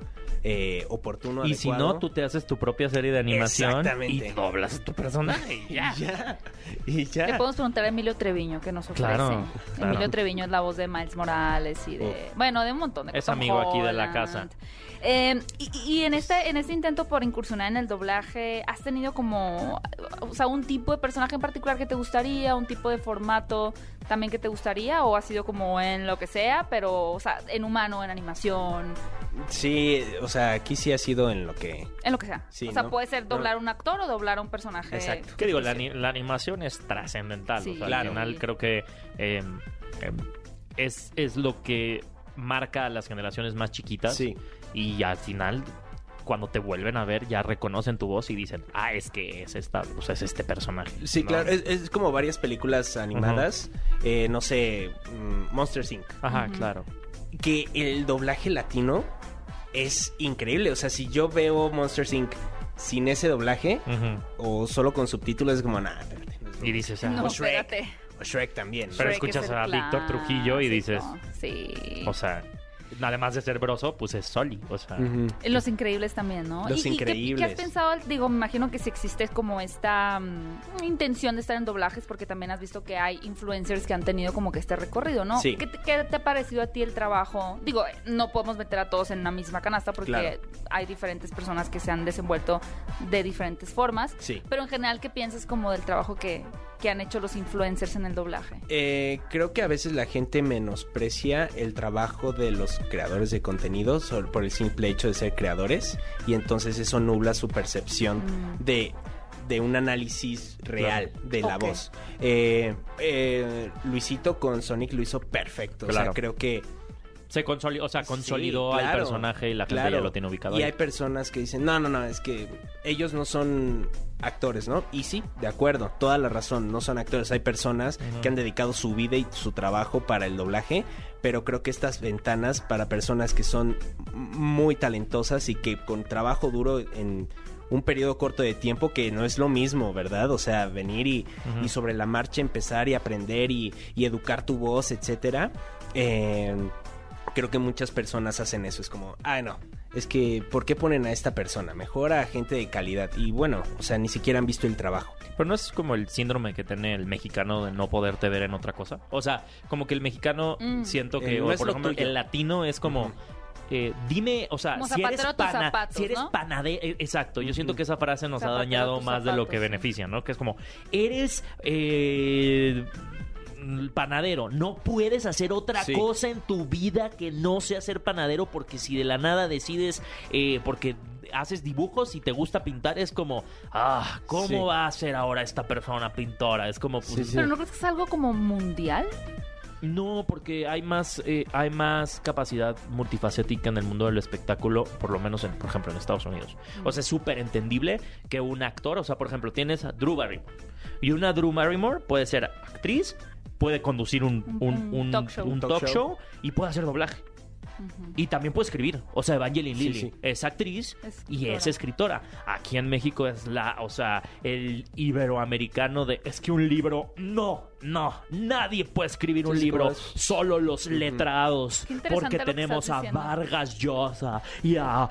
Speaker 4: eh, oportuno.
Speaker 3: Y si
Speaker 4: adecuado.
Speaker 3: no, tú te haces tu propia serie de animación
Speaker 4: Exactamente.
Speaker 3: y doblas tu personaje. y ya.
Speaker 4: ya.
Speaker 2: Le
Speaker 4: Y ya.
Speaker 2: podemos preguntar a Emilio Treviño que nos ofrece.
Speaker 3: Claro, claro.
Speaker 2: Emilio Treviño es la voz de Miles Morales y de. Bueno, de un montón de
Speaker 3: Es
Speaker 2: Tom
Speaker 3: amigo aquí de la
Speaker 2: Holland.
Speaker 3: casa.
Speaker 2: Eh, y y en, este, en este intento por incursionar en el doblaje, ¿has tenido como. O sea, un tipo de personaje en particular que te gustaría? ¿Un tipo de formato también que te gustaría? ¿O ha sido como en lo que sea, pero. O sea, en humano, en animación,
Speaker 4: Sí, o sea, aquí sí ha sido en lo que.
Speaker 2: en lo que sea?
Speaker 4: Sí,
Speaker 2: o sea,
Speaker 4: ¿no?
Speaker 2: puede ser
Speaker 4: No.
Speaker 2: doblar un actor o doblar un personaje.
Speaker 4: Exacto.
Speaker 3: ¿Qué digo? La, ani- la animación es trascendental.
Speaker 2: Sí.
Speaker 3: o sea,
Speaker 2: Claro.
Speaker 3: Al final creo que eh, eh, es, es lo que marca a las generaciones más chiquitas.
Speaker 4: Sí.
Speaker 3: Y al final, cuando te vuelven a ver, ya reconocen tu voz y dicen, ah, es que es esta, o sea, es este personaje.
Speaker 4: Sí,
Speaker 3: ¿no?
Speaker 4: claro, es, es como varias películas animadas. eh, no sé, mm, Monsters Inc.
Speaker 3: Ajá,
Speaker 2: Ujú.
Speaker 3: claro.
Speaker 4: Que el doblaje latino es increíble. O sea, si yo veo Monsters Inc. sin ese doblaje
Speaker 3: Ujú.
Speaker 4: o solo con subtítulos, es como, nah, espérate. no
Speaker 3: Y
Speaker 4: es doblaje".
Speaker 3: dices, ah,
Speaker 2: No,
Speaker 4: O Shrek.
Speaker 2: espérate.
Speaker 4: O Shrek también. ¿no?
Speaker 3: Pero
Speaker 2: Shrek es
Speaker 3: escuchas
Speaker 2: el
Speaker 3: a Víctor Trujillo y dices,
Speaker 2: clásico, Sí.
Speaker 3: o sea, además de ser broso, pues es Soli. O sea,
Speaker 4: Ujú.
Speaker 2: Los Increíbles también, ¿no? ¿Y-
Speaker 4: Los
Speaker 2: y qué-
Speaker 4: Increíbles.
Speaker 2: ¿qué, has pensado? Digo, me imagino que si existe como esta mm, intención de estar en doblajes, porque también has visto que hay influencers que han tenido como que este recorrido, ¿no?
Speaker 4: Sí.
Speaker 2: ¿Qué, te- qué te ha parecido a ti el trabajo? Digo, eh, no podemos meter a todos en la misma canasta porque
Speaker 4: Claro.
Speaker 2: hay diferentes personas que se han desenvuelto de diferentes formas.
Speaker 4: Sí.
Speaker 2: Pero en general, ¿qué piensas como del trabajo que, que han hecho los influencers en el doblaje?
Speaker 4: Eh, creo que a veces la gente menosprecia el trabajo de los creadores de contenido sol- por el simple hecho de ser creadores y entonces eso nubla su percepción
Speaker 2: Mm.
Speaker 4: de, de un análisis real de la
Speaker 2: Ok.
Speaker 4: voz. Eh, eh, Luisito con Sonic lo hizo perfecto. O sea,
Speaker 3: Claro.
Speaker 4: creo que
Speaker 3: se consolidó, o sea, consolidó
Speaker 4: Sí,
Speaker 3: al
Speaker 4: claro,
Speaker 3: personaje y la gente
Speaker 4: claro.
Speaker 3: ya lo tiene ubicado.
Speaker 4: Y
Speaker 3: ahí.
Speaker 4: hay personas que dicen, no, no, no, es que ellos no son actores, ¿no? Y sí, de acuerdo, toda la razón, no son actores. Hay personas
Speaker 3: Ujú.
Speaker 4: que han dedicado su vida y su trabajo para el doblaje, pero creo que estas ventanas para personas que son muy talentosas y que con trabajo duro en un periodo corto de tiempo que no es lo mismo, ¿verdad? O sea, venir y,
Speaker 3: Ujú.
Speaker 4: y sobre la marcha empezar y aprender y, y educar tu voz, etcétera. Eh, creo que muchas personas hacen eso. Es como, ah, no, es que, ¿por qué ponen a esta persona? Mejor a gente de calidad. Y bueno, o sea, ni siquiera han visto el trabajo.
Speaker 3: Pero no es como el síndrome que tiene el mexicano de no poderte ver en otra cosa. O sea, como que el mexicano
Speaker 2: Mm.
Speaker 3: siento que,
Speaker 4: Eh, no
Speaker 3: o
Speaker 4: es
Speaker 3: por
Speaker 4: lo
Speaker 3: ejemplo,
Speaker 4: tuyo.
Speaker 3: el latino es como.
Speaker 4: Ujú.
Speaker 3: eh, dime, o sea,
Speaker 2: Como
Speaker 3: si eres,
Speaker 2: zapatero a tus
Speaker 3: pana-
Speaker 2: zapatos,
Speaker 3: si eres
Speaker 2: ¿no?
Speaker 3: panadero, exacto, yo siento
Speaker 4: Ujú.
Speaker 3: que esa frase nos
Speaker 2: Zapatero
Speaker 3: ha
Speaker 2: a
Speaker 3: dañado
Speaker 2: tus
Speaker 3: más de lo
Speaker 2: zapatos,
Speaker 3: que
Speaker 2: sí.
Speaker 3: beneficia, ¿no? Que es como, eres eh, panadero, no puedes hacer otra
Speaker 4: Sí.
Speaker 3: cosa en tu vida que no sea ser panadero porque si de la nada decides, eh, porque haces dibujos y te gusta pintar, es como, ah, ¿cómo
Speaker 4: Sí.
Speaker 3: va a ser ahora esta persona pintora? Es como, pues,
Speaker 4: Sí, sí.
Speaker 2: ¿Pero no crees que es algo como mundial?
Speaker 3: no, porque hay más, eh, hay más capacidad multifacética en el mundo del espectáculo, por lo menos, en, por ejemplo, en Estados Unidos. O sea, es súper entendible que un actor, o sea, por ejemplo, tienes a Drew Barrymore. Y una Drew Barrymore puede ser actriz, puede conducir un, un-
Speaker 2: Un
Speaker 3: un-
Speaker 2: talk show.
Speaker 3: un
Speaker 4: Talk
Speaker 3: talk
Speaker 4: show.
Speaker 3: show y puede hacer doblaje.
Speaker 2: Ujú.
Speaker 3: Y también puede escribir. O sea, Evangeline
Speaker 4: Sí,
Speaker 3: Lilly
Speaker 4: sí.
Speaker 3: es actriz y
Speaker 2: Escritora.
Speaker 3: es escritora. Aquí en México es la, o sea, el iberoamericano de es que un libro, no, no, nadie puede escribir un
Speaker 4: Sí, sí,
Speaker 3: libro,
Speaker 4: como es.
Speaker 3: solo los letrados.
Speaker 2: Qué interesante
Speaker 3: Porque
Speaker 2: lo que
Speaker 3: tenemos
Speaker 2: estás
Speaker 3: a
Speaker 2: diciendo.
Speaker 3: Vargas Llosa y a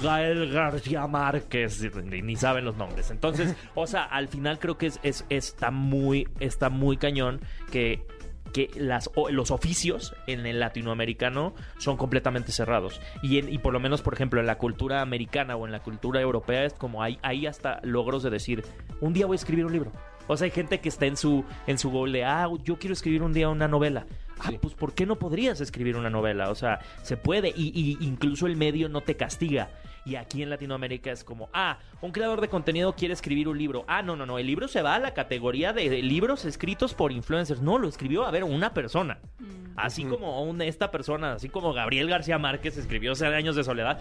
Speaker 3: Gael García Márquez, ni, ni saben los nombres. Entonces, o sea, al final creo que es, es- está muy, está muy cañón que que las, o- los oficios en el latinoamericano son completamente cerrados. Y, en- y por lo menos, por ejemplo, en la cultura americana o en la cultura europea es como hay, hay hasta logros de decir, un día voy a escribir un libro. O sea, hay gente que está en su, en su gol de, ah, yo quiero escribir un día una novela. Ah,
Speaker 4: Sí.
Speaker 3: pues ¿por qué no podrías escribir una novela? O sea, se puede y, y incluso el medio no te castiga. Y aquí en Latinoamérica es como, ah, un creador de contenido quiere escribir un libro. Ah, no, no, no, el libro se va a la categoría de, de libros escritos por influencers. No, lo escribió, a ver, una persona.
Speaker 2: Mm.
Speaker 3: Así
Speaker 4: Ujú.
Speaker 3: como un- esta persona, así como Gabriel García Márquez escribió 100 años de soledad.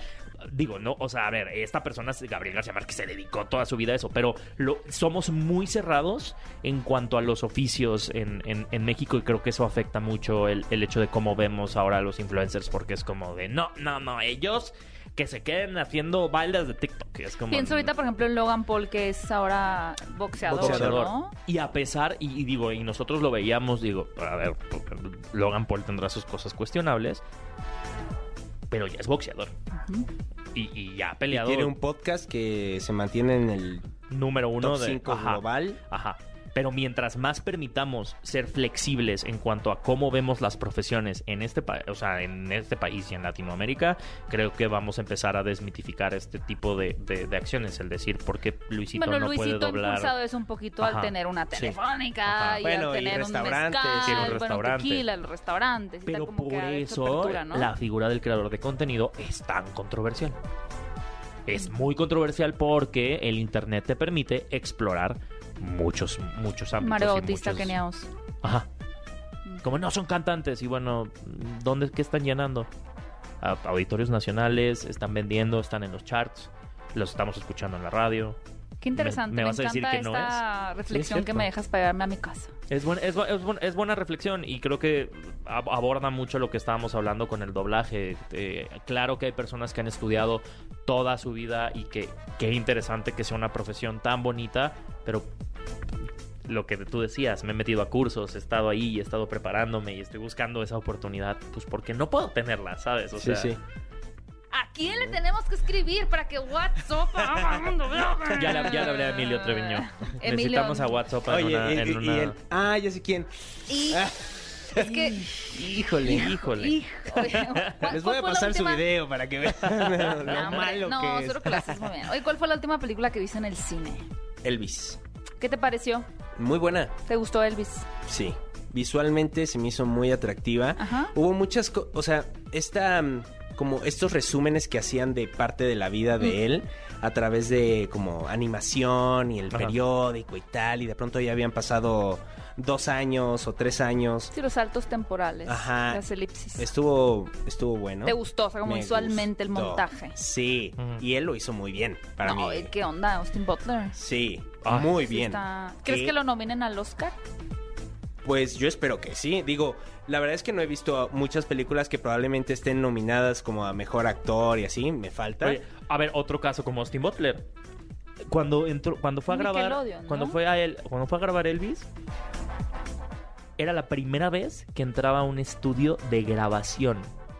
Speaker 3: Digo, no, o sea, a ver, esta persona, Gabriel García Márquez, se dedicó toda su vida a eso, pero lo, somos muy cerrados en cuanto a los oficios en, en- en México y creo que eso afecta mucho el, el hecho de cómo vemos ahora a los influencers, porque es como de, no, no, no, ellos que se queden haciendo bailes de TikTok. Es como,
Speaker 2: Pienso ahorita, por ejemplo, en Logan Paul, que es ahora boxeador,
Speaker 4: Boxeador.
Speaker 2: ¿no?
Speaker 3: Y a pesar, y, y digo, y nosotros lo veíamos, digo, a ver, porque Logan Paul tendrá sus cosas cuestionables, pero ya es boxeador.
Speaker 2: Ujú.
Speaker 3: Y, y ya ha
Speaker 4: Y
Speaker 3: peleado
Speaker 4: tiene un podcast que se mantiene en el
Speaker 3: número uno
Speaker 4: top
Speaker 3: de
Speaker 4: 5
Speaker 3: ajá,
Speaker 4: global.
Speaker 3: Ajá. Pero mientras más permitamos ser flexibles en cuanto a cómo vemos las profesiones en este país, o sea, en este país y en Latinoamérica, creo que vamos a empezar a desmitificar este tipo de, de- de acciones, el decir, porque Luisito
Speaker 2: Bueno,
Speaker 3: no
Speaker 2: Luisito
Speaker 3: puede doblar.
Speaker 2: impulsado es un poquito al
Speaker 3: Ajá.
Speaker 2: tener una
Speaker 3: Sí.
Speaker 2: telefónica
Speaker 3: Ajá.
Speaker 2: y
Speaker 4: Bueno,
Speaker 2: al
Speaker 4: y
Speaker 2: tener un
Speaker 4: restaurantes,
Speaker 2: mezcal,
Speaker 3: y los
Speaker 2: bueno,
Speaker 3: restaurantes.
Speaker 2: tequila, los restaurantes. y tal,
Speaker 3: Pero
Speaker 2: como
Speaker 3: por
Speaker 2: que ha hecho
Speaker 3: eso
Speaker 2: apertura, ¿no?
Speaker 3: la figura del creador de contenido es tan controversial. Es muy controversial porque el internet te permite explorar muchos, muchos ámbitos.
Speaker 2: Mario
Speaker 3: y
Speaker 2: Bautista,
Speaker 3: muchos-
Speaker 2: Keneaos.
Speaker 3: Ajá.
Speaker 2: Mm.
Speaker 3: Como no son cantantes y bueno, ¿dónde qué están llenando? A- Auditorios nacionales, están vendiendo, están en los charts, los estamos escuchando en la radio.
Speaker 2: Qué interesante, me,
Speaker 3: me vas a decir
Speaker 2: encanta
Speaker 3: que no
Speaker 2: esta reflexión que
Speaker 3: cierto.
Speaker 2: me dejas para llevarme a mi casa.
Speaker 3: Es, buen- es, bu- es buen- es buena reflexión y creo que ab- aborda mucho lo que estábamos hablando con el doblaje. Eh, claro que hay personas que han estudiado toda su vida y que qué interesante que sea una profesión tan bonita, pero lo que tú decías, me he metido a cursos, he estado ahí, y he estado preparándome y estoy buscando esa oportunidad, pues porque no puedo tenerla, ¿sabes? O
Speaker 4: sí,
Speaker 3: sea,
Speaker 4: sí.
Speaker 2: ¿A quién le tenemos que escribir para que WhatsApp haga mundo?
Speaker 3: Ya le, ya le hablé a Emilio Treviño.
Speaker 2: Emilio.
Speaker 3: Necesitamos a WhatsApp en
Speaker 4: Oye,
Speaker 3: una...
Speaker 4: y-
Speaker 3: en
Speaker 4: y- y
Speaker 3: una-
Speaker 4: él- Ah, ya sé quién.
Speaker 2: Y
Speaker 4: Ah,
Speaker 2: es que...
Speaker 4: híjole.
Speaker 3: Híjole.
Speaker 2: Híjole.
Speaker 4: Ah, Les voy a pasar su video para que vean lo
Speaker 2: No, hombre,
Speaker 4: malo
Speaker 2: no,
Speaker 4: que es.
Speaker 2: seguro que lo haces muy bien. Oye, ¿cuál fue la última película que viste en el cine?
Speaker 4: Elvis.
Speaker 2: ¿Qué te pareció?
Speaker 4: Muy buena.
Speaker 2: ¿Te gustó Elvis?
Speaker 4: Sí. Visualmente se me hizo muy atractiva.
Speaker 2: Ajá.
Speaker 4: Hubo muchas cosas, o sea, esta mm, como estos resúmenes que hacían de parte de la vida de él a través de como animación y el
Speaker 3: Ajá.
Speaker 4: periódico y tal, y de pronto ya habían pasado dos años o tres años.
Speaker 2: Sí, los saltos temporales,
Speaker 4: Ajá.
Speaker 2: las elipsis.
Speaker 4: Estuvo, estuvo bueno.
Speaker 2: ¿Te gustó? O sea, como
Speaker 4: Me
Speaker 2: visualmente el
Speaker 4: gustó.
Speaker 2: montaje.
Speaker 4: Sí,
Speaker 3: Ujú.
Speaker 4: y él lo hizo muy bien para
Speaker 2: no,
Speaker 4: mí.
Speaker 2: ¿y ¿qué onda? Austin Butler.
Speaker 4: Sí,
Speaker 3: Ay,
Speaker 4: muy
Speaker 2: Sí
Speaker 4: bien.
Speaker 2: está- ¿Crees
Speaker 4: Y-
Speaker 2: que lo nominen al Oscar?
Speaker 4: Pues yo espero que sí. Digo, la verdad es que no he visto muchas películas que probablemente estén nominadas como a mejor actor y así. Me falta.
Speaker 3: Oye, a ver, otro caso como Austin Butler. Cuando entró, cuando fue a grabar,
Speaker 2: Nickelodeon, ¿no?
Speaker 3: cuando fue a él, cuando fue a grabar Elvis, era la primera vez que entraba a un estudio de grabación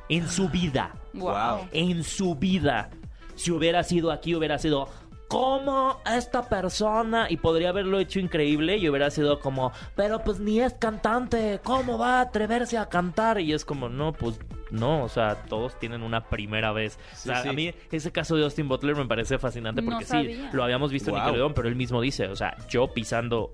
Speaker 3: en su vida,
Speaker 2: Guau.
Speaker 4: Wow.
Speaker 3: en su vida. Si hubiera sido aquí, hubiera sido como esta persona y podría haberlo hecho increíble y hubiera sido como, pero pues ni es cantante, ¿cómo va a atreverse a cantar? Y es como, no, pues no, o sea, todos tienen una primera vez.
Speaker 4: Sí,
Speaker 3: o sea,
Speaker 4: sí.
Speaker 3: a mí ese caso de Austin Butler me parece fascinante
Speaker 2: No
Speaker 3: porque sí,
Speaker 2: sabía.
Speaker 3: lo habíamos visto en
Speaker 4: Wow.
Speaker 3: Nickelodeon, pero él mismo dice, o sea, yo pisando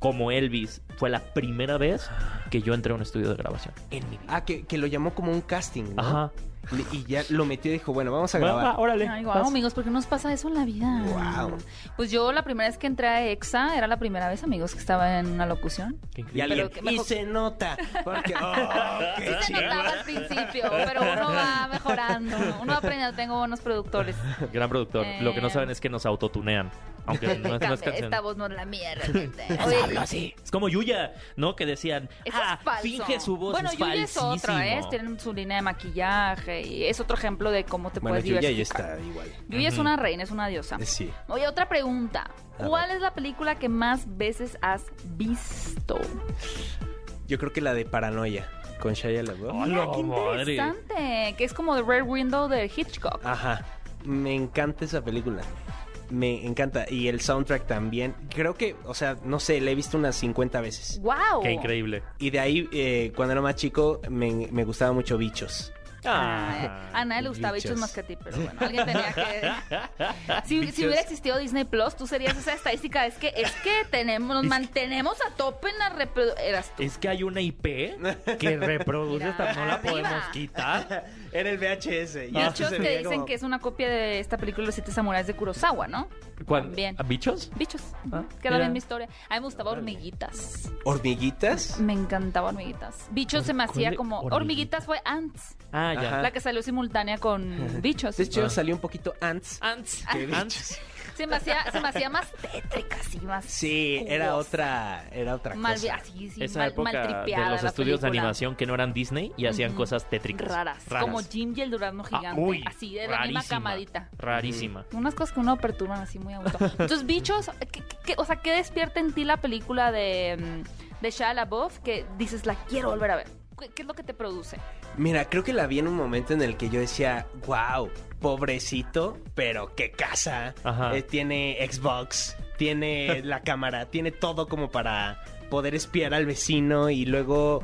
Speaker 3: como Elvis fue la primera vez que yo entré a un estudio de grabación en mi vida.
Speaker 4: Ah, que, que lo llamó como un casting, ¿no?
Speaker 3: Ajá.
Speaker 4: Le- Y ya lo metió y dijo, bueno, vamos a
Speaker 3: Va, va,
Speaker 4: grabar.
Speaker 3: órale.
Speaker 2: Ay, guau,
Speaker 3: vas.
Speaker 2: amigos, ¿por qué nos pasa eso en la vida?
Speaker 4: Guau.
Speaker 2: Pues yo la primera vez que entré a EXA era la primera vez, amigos, que estaba en una locución.
Speaker 3: Qué increíble.
Speaker 4: Y alguien,
Speaker 2: Pero que mejor-
Speaker 4: y se nota. Porque, oh, qué
Speaker 2: Sí se
Speaker 4: chido.
Speaker 2: notaba al principio, pero uno va mejorando, uno va aprendiendo, tengo buenos productores.
Speaker 3: Gran productor. Lo que no
Speaker 2: Eh.
Speaker 3: saben es que nos autotunean. Aunque no, no
Speaker 2: Cambia,
Speaker 3: es canción.
Speaker 2: Esta voz no es la mía realmente. Oye,
Speaker 3: Es como Yuya, ¿no? Que decían,
Speaker 2: Eso
Speaker 3: ah,
Speaker 2: es falso.
Speaker 3: finge su voz,
Speaker 2: bueno,
Speaker 3: es
Speaker 2: Yuya es otra, ¿eh?
Speaker 3: falsísimo".
Speaker 2: Tienen su línea de maquillaje y es otro ejemplo de cómo te
Speaker 4: Bueno,
Speaker 2: puedes
Speaker 4: yo ya,
Speaker 2: diversificar.
Speaker 4: ya está igual.
Speaker 2: Yuya es una reina, es una diosa.
Speaker 4: Sí.
Speaker 2: Oye, otra pregunta.
Speaker 4: A
Speaker 2: ¿Cuál es la película que más veces has visto?
Speaker 4: Yo creo que la de Paranoia, con Shia LaBeouf.
Speaker 3: ¡A
Speaker 2: Mira,
Speaker 3: la
Speaker 2: qué
Speaker 3: madre!
Speaker 2: interesante. Que es como The Red Window de Hitchcock.
Speaker 4: Ajá. Me encanta esa película. Me encanta. Y el soundtrack también. Creo que, o sea, no sé, la he visto unas 50 veces.
Speaker 2: ¡Wow!
Speaker 3: Qué increíble.
Speaker 4: Y de ahí, eh, cuando era más chico, me, me gustaba mucho Bichos.
Speaker 2: Ah, a nadie le gustaba
Speaker 4: bichos.
Speaker 2: bichos más que a ti, pero bueno, alguien tenía que. Si, si hubiera existido Disney Plus, tú serías esa estadística. Es que es que tenemos, nos mantenemos a tope en la reprodu- eras tú.
Speaker 3: Es que hay una IP que reproduce
Speaker 2: Mira,
Speaker 3: esta, no la
Speaker 2: arriba.
Speaker 3: podemos quitar.
Speaker 4: Era el VHS.
Speaker 2: De hecho, te dicen que es una copia de esta película Los Siete Samuráis de Kurosawa, ¿no?
Speaker 3: ¿Cuál?
Speaker 2: También.
Speaker 3: ¿Bichos?
Speaker 2: Bichos.
Speaker 3: Ah,
Speaker 2: que era
Speaker 3: mira.
Speaker 2: bien mi historia. A mí me gustaba hormiguitas.
Speaker 4: ¿Hormiguitas?
Speaker 2: Me encantaba hormiguitas. Bichos se me
Speaker 3: ¿Cuál
Speaker 2: hacía
Speaker 3: de
Speaker 2: como.
Speaker 3: hormiguitas?
Speaker 2: Hormiguitas fue Ants,
Speaker 3: Ah, ya.
Speaker 4: Ajá.
Speaker 2: la que salió simultánea con bichos.
Speaker 4: De hecho,
Speaker 3: Ah.
Speaker 4: salió un poquito Ants.
Speaker 2: Ah.
Speaker 3: Ants.
Speaker 4: que bichos.
Speaker 3: Ants.
Speaker 2: Se me hacía, se me hacía más tétrica, así más.
Speaker 4: Sí, era
Speaker 2: jugosa.
Speaker 4: otra, era otra
Speaker 2: mal,
Speaker 4: cosa.
Speaker 2: así, sí,
Speaker 3: Esa
Speaker 2: mal-
Speaker 3: época de
Speaker 2: maltripeada
Speaker 3: los
Speaker 2: la
Speaker 3: estudios de
Speaker 2: película.
Speaker 3: animación que no eran Disney y hacían
Speaker 2: Ujú.
Speaker 3: cosas tétricas.
Speaker 2: raras, como Jim y el durazno
Speaker 3: Ah,
Speaker 2: gigante,
Speaker 3: uy,
Speaker 2: así de la misma
Speaker 3: rarísima,
Speaker 2: camadita.
Speaker 3: Rarísima.
Speaker 2: Unas cosas que uno perturban así muy a gusto. Entonces, bichos, ¿qué- qué- o sea, ¿qué despierta en ti la película de, mm, de Shia LaBeouf que dices, la quiero volver a ver? ¿Qué, qué es lo que te produce?
Speaker 4: Mira, creo que la vi en un momento en el que yo decía, wow, pobrecito, pero qué casa.
Speaker 3: Ajá.
Speaker 4: Eh, tiene Xbox, tiene la cámara, tiene todo como para poder espiar al vecino y luego,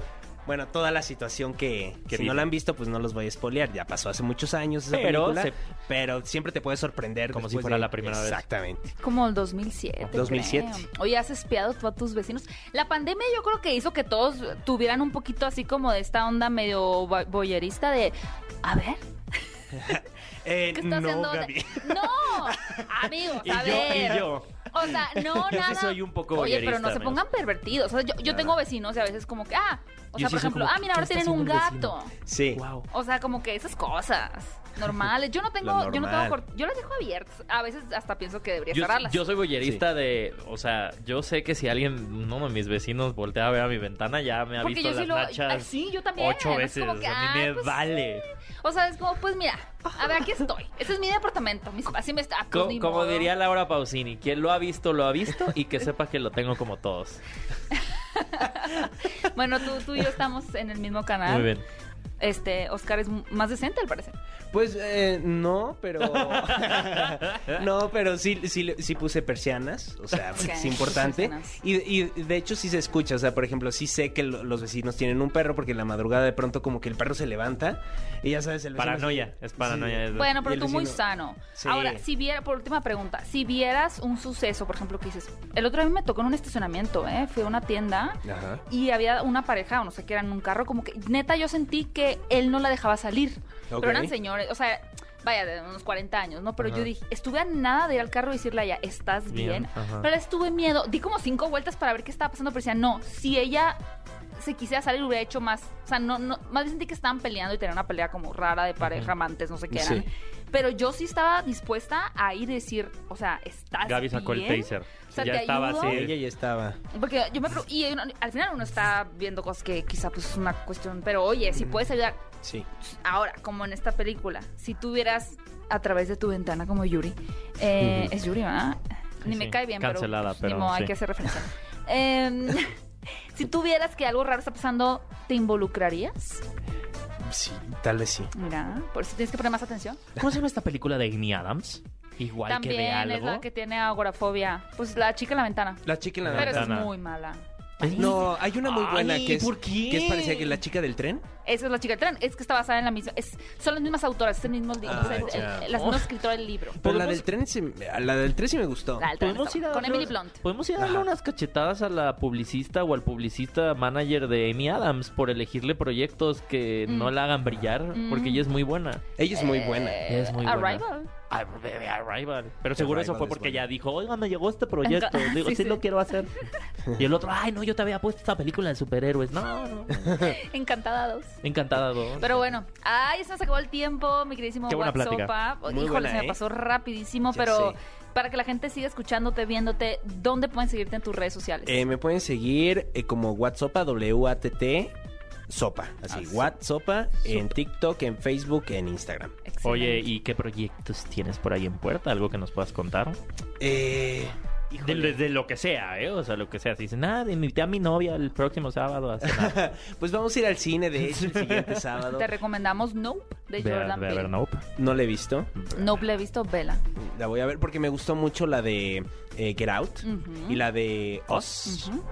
Speaker 4: bueno, toda la situación que,
Speaker 3: Que
Speaker 4: si no
Speaker 3: vive.
Speaker 4: la han visto, pues no los voy a espolear. Ya pasó hace muchos años esa
Speaker 3: Pero
Speaker 4: película,
Speaker 3: se-
Speaker 4: pero siempre te puede sorprender.
Speaker 3: Como si
Speaker 4: después
Speaker 3: fuera
Speaker 4: de-
Speaker 3: la primera vez.
Speaker 4: Exactamente.
Speaker 2: Como el 2007.
Speaker 4: 2007.
Speaker 2: creo. Oye, has espiado tú a tus vecinos. La pandemia yo creo que hizo que todos tuvieran un poquito así como de esta onda medio bo- boyerista de, a ver,
Speaker 4: Eh,
Speaker 2: ¿qué está haciendo? No, amigos, a ver. O sea, no,
Speaker 3: Yo sí
Speaker 2: nada.
Speaker 3: soy un poco
Speaker 2: Oye, pero no
Speaker 3: voyerista,
Speaker 2: se
Speaker 3: amigos.
Speaker 2: pongan pervertidos. O sea, yo, yo tengo vecinos y a veces como que, ah, o sea,
Speaker 3: Yo
Speaker 2: por
Speaker 3: sí soy
Speaker 2: ejemplo,
Speaker 3: como,
Speaker 2: ah, mira,
Speaker 3: ¿qué
Speaker 2: ahora
Speaker 3: está
Speaker 2: tienen un
Speaker 3: haciendo el
Speaker 2: gato.
Speaker 4: Sí.
Speaker 3: Wow.
Speaker 2: O sea, como que esas cosas normales. Yo no tengo,
Speaker 4: Lo
Speaker 2: yo no tengo,
Speaker 4: normal.
Speaker 2: cor- yo las dejo abiertas. A veces hasta pienso que debería
Speaker 3: Yo,
Speaker 2: cerrarlas.
Speaker 3: yo soy boyerista de, o sea, yo sé que si alguien, uno de mis vecinos voltea a ver a mi ventana, ya me ha
Speaker 2: Porque
Speaker 3: visto
Speaker 2: yo sí
Speaker 3: las
Speaker 2: lo,
Speaker 3: nachas
Speaker 2: ah, sí, yo también.
Speaker 3: ocho
Speaker 2: Es
Speaker 3: veces.
Speaker 2: como que,
Speaker 3: a mí
Speaker 2: ah,
Speaker 3: me
Speaker 2: pues,
Speaker 3: vale.
Speaker 2: O sea, es como, pues mira, a ver, aquí estoy. Este es mi departamento. mis- así me está. ah, pues,
Speaker 3: Co-
Speaker 2: ni
Speaker 3: como
Speaker 2: modo.
Speaker 3: diría Laura Pausini, quien lo ha visto, lo ha visto y que sepa que lo tengo como todos.
Speaker 2: Bueno, tú, tú y yo estamos en el mismo canal.
Speaker 3: Muy bien.
Speaker 2: Este, Oscar es m- más decente, al parecer.
Speaker 4: Pues eh, no, pero. no, pero sí, sí, sí puse persianas. O sea,
Speaker 2: Ok,
Speaker 4: es importante.
Speaker 2: persianas.
Speaker 4: Y, y de hecho sí se escucha. O sea, por ejemplo, sí sé que lo- los vecinos tienen un perro porque en la madrugada de pronto como que el perro se levanta y ya sabes, el vecino-
Speaker 3: Paranoia, es paranoia.
Speaker 4: Sí.
Speaker 3: es-
Speaker 2: Bueno, pero
Speaker 4: el
Speaker 2: tú muy
Speaker 4: vecino.
Speaker 2: sano.
Speaker 4: Sí.
Speaker 2: Ahora, si viera, por última pregunta, si vieras un suceso, por ejemplo, que dices, el otro día me tocó en un estacionamiento, ¿eh? Fui a una tienda
Speaker 4: Ajá.
Speaker 2: y había una pareja, o no sé qué, eran un carro, como que neta yo sentí que él no la dejaba salir.
Speaker 4: Ok.
Speaker 2: Pero eran señores, o sea, vaya, de unos 40 años, ¿no? Pero yo dije, estuve a nada de ir al carro y decirle a ella, ¿estás bien?
Speaker 3: Bien, ajá.
Speaker 2: Pero les tuve miedo, di como cinco vueltas para ver qué estaba pasando, pero decía, no, si ella se quisiera salir hubiera hecho más, o sea, no, no, más bien sentí que estaban peleando y tenían una pelea como rara de pareja, amantes, no sé qué eran.
Speaker 4: Sí.
Speaker 2: Pero yo sí estaba dispuesta a ir y decir, o sea, ¿estás
Speaker 3: Gaby sacó el
Speaker 2: bien?
Speaker 3: taser.
Speaker 2: pues, O sea,
Speaker 3: ya
Speaker 2: ¿te
Speaker 3: estaba
Speaker 2: ayudo?
Speaker 3: así.
Speaker 4: "Oh". Ella ya estaba.
Speaker 2: Porque yo me pregunto, y uno- al final uno está viendo cosas que quizá pues es una cuestión, pero oye,
Speaker 3: Mm.
Speaker 2: si puedes ayudar
Speaker 4: Sí.
Speaker 2: ahora, como en esta película, si tuvieras a través de tu ventana como Yuri, eh, es Yuri, ¿verdad? Ni
Speaker 3: Sí,
Speaker 2: me
Speaker 3: sí.
Speaker 2: cae bien,
Speaker 3: Cancelada,
Speaker 2: pero, pues,
Speaker 3: pero
Speaker 2: ni modo, hay
Speaker 3: sí.
Speaker 2: que hacer referencia. Em, si tuvieras que algo raro está pasando, ¿te involucrarías?
Speaker 4: Sí, tal vez sí.
Speaker 2: Mira, por eso tienes que poner más atención.
Speaker 3: ¿Cómo se llama esta película de Amy Adams? Igual que de
Speaker 2: También es
Speaker 3: algo.
Speaker 2: la que tiene agorafobia, pues la chica en la ventana.
Speaker 4: La chica en la
Speaker 2: pero esa es
Speaker 3: ventana.
Speaker 2: muy mala.
Speaker 4: No, hay una muy buena
Speaker 3: Ay,
Speaker 4: que es.
Speaker 3: ¿por qué?
Speaker 4: Que es parecida que la chica del tren.
Speaker 2: Esa es la chica del tren. Es que está basada en la misma. Es, son las mismas autoras, es el mismo libro.
Speaker 4: Ah,
Speaker 2: es el-
Speaker 4: ya.
Speaker 2: el- la misma escritora del libro.
Speaker 4: Pero la
Speaker 3: Podemos-
Speaker 4: del tren, sí me- la del tren sí me gustó.
Speaker 2: La del tren
Speaker 3: ¿Podemos
Speaker 2: está
Speaker 3: ir a
Speaker 2: buena. Con
Speaker 3: darle-
Speaker 2: Emily Blunt.
Speaker 3: Podemos ir a darle
Speaker 4: Ajá.
Speaker 3: unas cachetadas a la publicista o al publicista manager de Amy Adams por elegirle proyectos que
Speaker 2: Mm.
Speaker 3: no la hagan brillar,
Speaker 2: Mm.
Speaker 3: porque ella es muy buena.
Speaker 4: Ella es muy buena.
Speaker 2: Eh,
Speaker 3: Es muy buena.
Speaker 2: Arrival.
Speaker 3: Ay, bebé, Arrival. Pero seguro eso
Speaker 4: Arrival
Speaker 3: fue
Speaker 4: es
Speaker 3: porque
Speaker 4: buena.
Speaker 3: ella dijo, oiga, me llegó este proyecto.
Speaker 2: Ajá,
Speaker 3: Digo,
Speaker 2: sí,
Speaker 3: sí,
Speaker 2: sí.
Speaker 3: lo quiero hacer. Y el otro, ay, no, yo te había puesto esta película de superhéroes. No, no.
Speaker 2: Encantada dos.
Speaker 3: Encantada, don.
Speaker 2: Pero bueno, ay, se nos acabó el tiempo, mi queridísimo
Speaker 3: Qué buena plática.
Speaker 2: WhatsApp.
Speaker 4: Muy
Speaker 2: Híjole,
Speaker 4: buena,
Speaker 2: se me
Speaker 4: ¿eh?
Speaker 2: pasó rapidísimo,
Speaker 4: Ya
Speaker 2: pero
Speaker 4: sé.
Speaker 2: para que la gente siga escuchándote, viéndote, ¿dónde pueden seguirte en tus redes sociales?
Speaker 4: Eh, me pueden seguir eh, como WhatsApp, W-A-T-T, Sopa. Así, WhatsApp, eh, en TikTok, en Facebook, en Instagram.
Speaker 2: Excelente.
Speaker 3: Oye, ¿y qué proyectos tienes por ahí en puerta? ¿Algo que nos puedas contar?
Speaker 4: Eh,
Speaker 3: De, de lo que sea, ¿eh? O sea, lo que sea. Si dicen, ah, invité a mi novia el próximo sábado a cenar".
Speaker 4: pues vamos a ir al cine, de hecho, el siguiente sábado.
Speaker 2: Te recomendamos Nope de
Speaker 3: Ve a-
Speaker 2: Jordan
Speaker 3: ve a ver
Speaker 2: Peele.
Speaker 3: Nope.
Speaker 4: No la he visto.
Speaker 2: Nope le he visto, vela.
Speaker 4: La voy a ver porque me gustó mucho la de eh, Get Out
Speaker 2: Ujú.
Speaker 4: y la de Us.
Speaker 2: Ujú.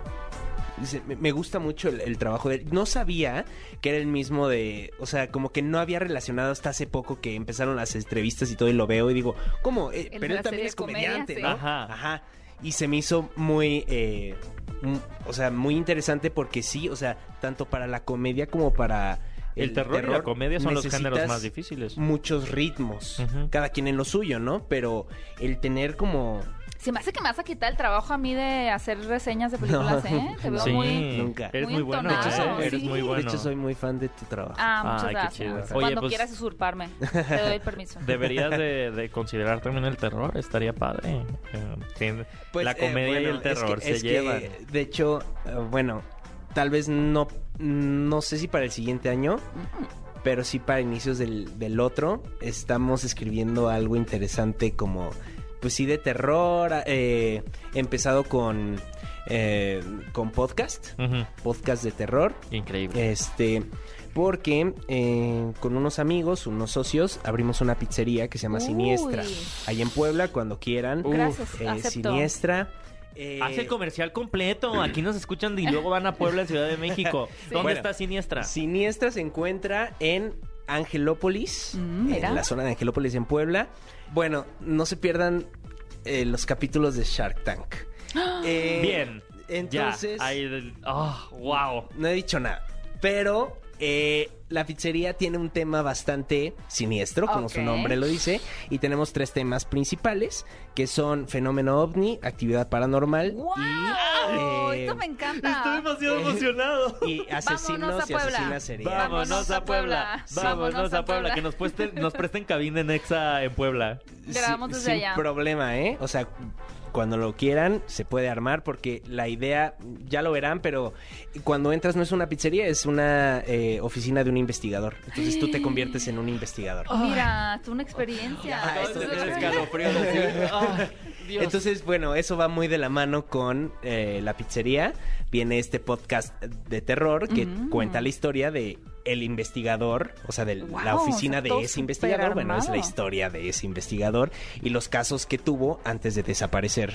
Speaker 4: Dice, me- Me gusta mucho el, el trabajo de él. No sabía que era el mismo de. O sea, como que no había relacionado hasta hace poco que empezaron las entrevistas y todo, y lo veo y digo, ¿cómo? Eh,
Speaker 2: El de
Speaker 4: pero
Speaker 2: la serie
Speaker 4: él también
Speaker 2: de
Speaker 4: es
Speaker 2: comedia,
Speaker 4: comediante,
Speaker 2: sí.
Speaker 4: ¿no?
Speaker 3: Ajá.
Speaker 4: Ajá. Y se me hizo muy. eh, m- o sea, muy interesante porque sí, o sea, tanto para la comedia como para.
Speaker 3: El, terror, y la comedia son los géneros
Speaker 4: necesitas
Speaker 3: más difíciles.
Speaker 4: Muchos ritmos,
Speaker 3: Ujú.
Speaker 4: cada quien en lo suyo, ¿no? Pero el tener como.
Speaker 2: Se me hace que me vas a quitar el trabajo a mí de hacer reseñas de películas, ¿eh? Te veo
Speaker 3: Sí.
Speaker 2: muy...
Speaker 4: Nunca.
Speaker 3: Eres
Speaker 2: muy
Speaker 3: muy, bueno.
Speaker 2: entonado,
Speaker 3: ¿eh?
Speaker 2: sí.
Speaker 3: Eres muy bueno.
Speaker 4: De hecho, soy muy fan de tu trabajo.
Speaker 2: Ah, muchas
Speaker 3: Ay, qué
Speaker 2: gracias.
Speaker 3: chido. Oye,
Speaker 2: Cuando
Speaker 3: pues-
Speaker 2: quieras usurparme, te doy el permiso.
Speaker 3: Deberías de, de considerar también el terror, estaría padre. Eh, tiene-
Speaker 4: Pues,
Speaker 3: la
Speaker 4: eh,
Speaker 3: comedia y
Speaker 4: bueno,
Speaker 3: el
Speaker 4: es que-
Speaker 3: terror
Speaker 4: es
Speaker 3: se
Speaker 4: que,
Speaker 3: llevan.
Speaker 4: de hecho, eh, bueno, tal vez no, no sé si para el siguiente año, pero sí para inicios del, del otro, estamos escribiendo algo interesante como, pues sí, de terror, eh, empezado con, eh, con podcast,
Speaker 3: Ujú,
Speaker 4: podcast de terror,
Speaker 3: Increíble.
Speaker 4: este... Porque eh, con unos amigos, unos socios, abrimos una pizzería que se llama
Speaker 2: Uy.
Speaker 4: Siniestra. Ahí en Puebla, cuando quieran.
Speaker 2: Gracias,
Speaker 4: Eh,
Speaker 2: acepto.
Speaker 4: Siniestra. eh,
Speaker 3: Haz el comercial completo. Aquí nos escuchan y luego van a Puebla, en Ciudad de México. ¿Dónde
Speaker 4: Bueno,
Speaker 3: está Siniestra?
Speaker 4: Siniestra se encuentra en Angelópolis,
Speaker 2: Mm, mira.
Speaker 4: en la zona de Angelópolis en Puebla. Bueno, no se pierdan eh, los capítulos de Shark Tank. Eh,
Speaker 3: Bien.
Speaker 4: Entonces,
Speaker 3: ya. ahí del- ah, wow.
Speaker 4: no he dicho nada, pero eh, la pizzería tiene un tema bastante siniestro, como su
Speaker 2: Ok.
Speaker 4: nombre lo dice, y tenemos tres temas principales, que son fenómeno ovni, actividad paranormal
Speaker 2: ¡Wow!
Speaker 4: y... eh,
Speaker 2: Esto me encanta.
Speaker 3: demasiado emocionado.
Speaker 4: y asesinos
Speaker 2: Vámonos
Speaker 4: y
Speaker 2: a Puebla.
Speaker 4: asesinas seriales.
Speaker 3: Vámonos a Puebla. Vámonos a Puebla. Que nos presten, nos presten cabina en Exa en Puebla.
Speaker 2: Grabamos
Speaker 4: Sin-
Speaker 2: desde
Speaker 4: sin
Speaker 2: allá.
Speaker 4: problema, ¿eh? O sea, cuando lo quieran se puede armar porque la idea, ya lo verán, pero cuando entras no es una pizzería, es una eh, oficina de un investigador. Entonces tú te conviertes en un investigador.
Speaker 2: Mira, es una experiencia.
Speaker 4: Ah,
Speaker 2: Es
Speaker 4: esto
Speaker 2: una
Speaker 4: debe ser
Speaker 2: experiencia.
Speaker 4: escalofrío, Entonces, bueno, eso va muy de la mano con eh, la pizzería. Viene este podcast de terror que
Speaker 2: Ujú.
Speaker 4: cuenta la historia de el investigador, o sea, de
Speaker 2: Wow,
Speaker 4: la oficina
Speaker 2: o sea,
Speaker 4: de
Speaker 2: todo
Speaker 4: ese investigador. Bueno, es la
Speaker 2: superarmado.
Speaker 4: historia de ese investigador y los casos que tuvo antes de desaparecer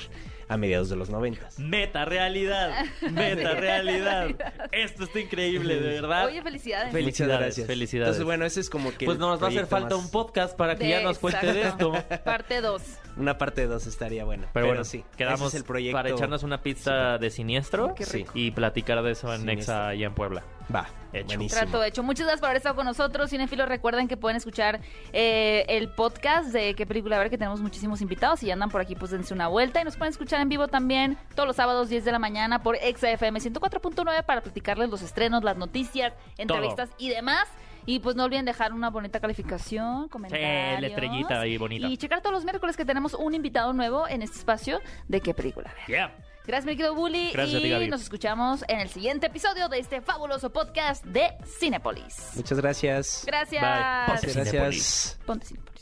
Speaker 4: a mediados de los noventas.
Speaker 3: Meta realidad, meta realidad. Esto está increíble, de verdad.
Speaker 2: Oye, felicidades.
Speaker 3: Fel-
Speaker 4: Muchas
Speaker 3: Felicidades, felicidades.
Speaker 4: Entonces, bueno, ese es como que
Speaker 3: pues
Speaker 4: el
Speaker 3: nos va a hacer falta
Speaker 4: proyecto más-
Speaker 3: un podcast para que ya
Speaker 2: De-
Speaker 3: nos cuente de
Speaker 2: exacto.
Speaker 3: esto.
Speaker 2: Parte 2.
Speaker 4: una parte 2 estaría bueno.
Speaker 3: Pero, bueno,
Speaker 4: sí, ese
Speaker 3: quedamos
Speaker 4: es el proyecto.
Speaker 3: para echarnos una pizza de siniestro
Speaker 2: Qué
Speaker 4: rico.
Speaker 3: y platicar de eso en
Speaker 4: Siniestro.
Speaker 3: Nexa allá en Puebla.
Speaker 4: va,
Speaker 3: Hecho.
Speaker 4: buenísimo.
Speaker 2: Trato hecho. Muchas gracias por haber estado con nosotros. Cinefilos, recuerden que pueden escuchar eh, el podcast de qué película ver, que tenemos muchísimos invitados. Si ya andan por aquí, pues dense una vuelta. Y nos pueden escuchar en vivo también todos los sábados, 10 de la mañana, por ExaFM 104.9 para platicarles los estrenos, las noticias, entrevistas y demás. Y pues no olviden dejar una bonita calificación, comentarios.
Speaker 3: la estrellita ahí bonita.
Speaker 2: Y checar todos los miércoles que tenemos un invitado nuevo en este espacio de qué película ver.
Speaker 3: Yeah.
Speaker 2: Gracias, mi querido Bully.
Speaker 3: Gracias a ti,
Speaker 2: y
Speaker 3: Gaby.
Speaker 2: nos escuchamos en el siguiente episodio de este fabuloso podcast de Cinepolis.
Speaker 4: Muchas gracias.
Speaker 2: Gracias.
Speaker 3: Bye. Ponte
Speaker 4: Muchas
Speaker 3: Cinépolis.
Speaker 4: gracias.
Speaker 2: Ponte Cinépolis.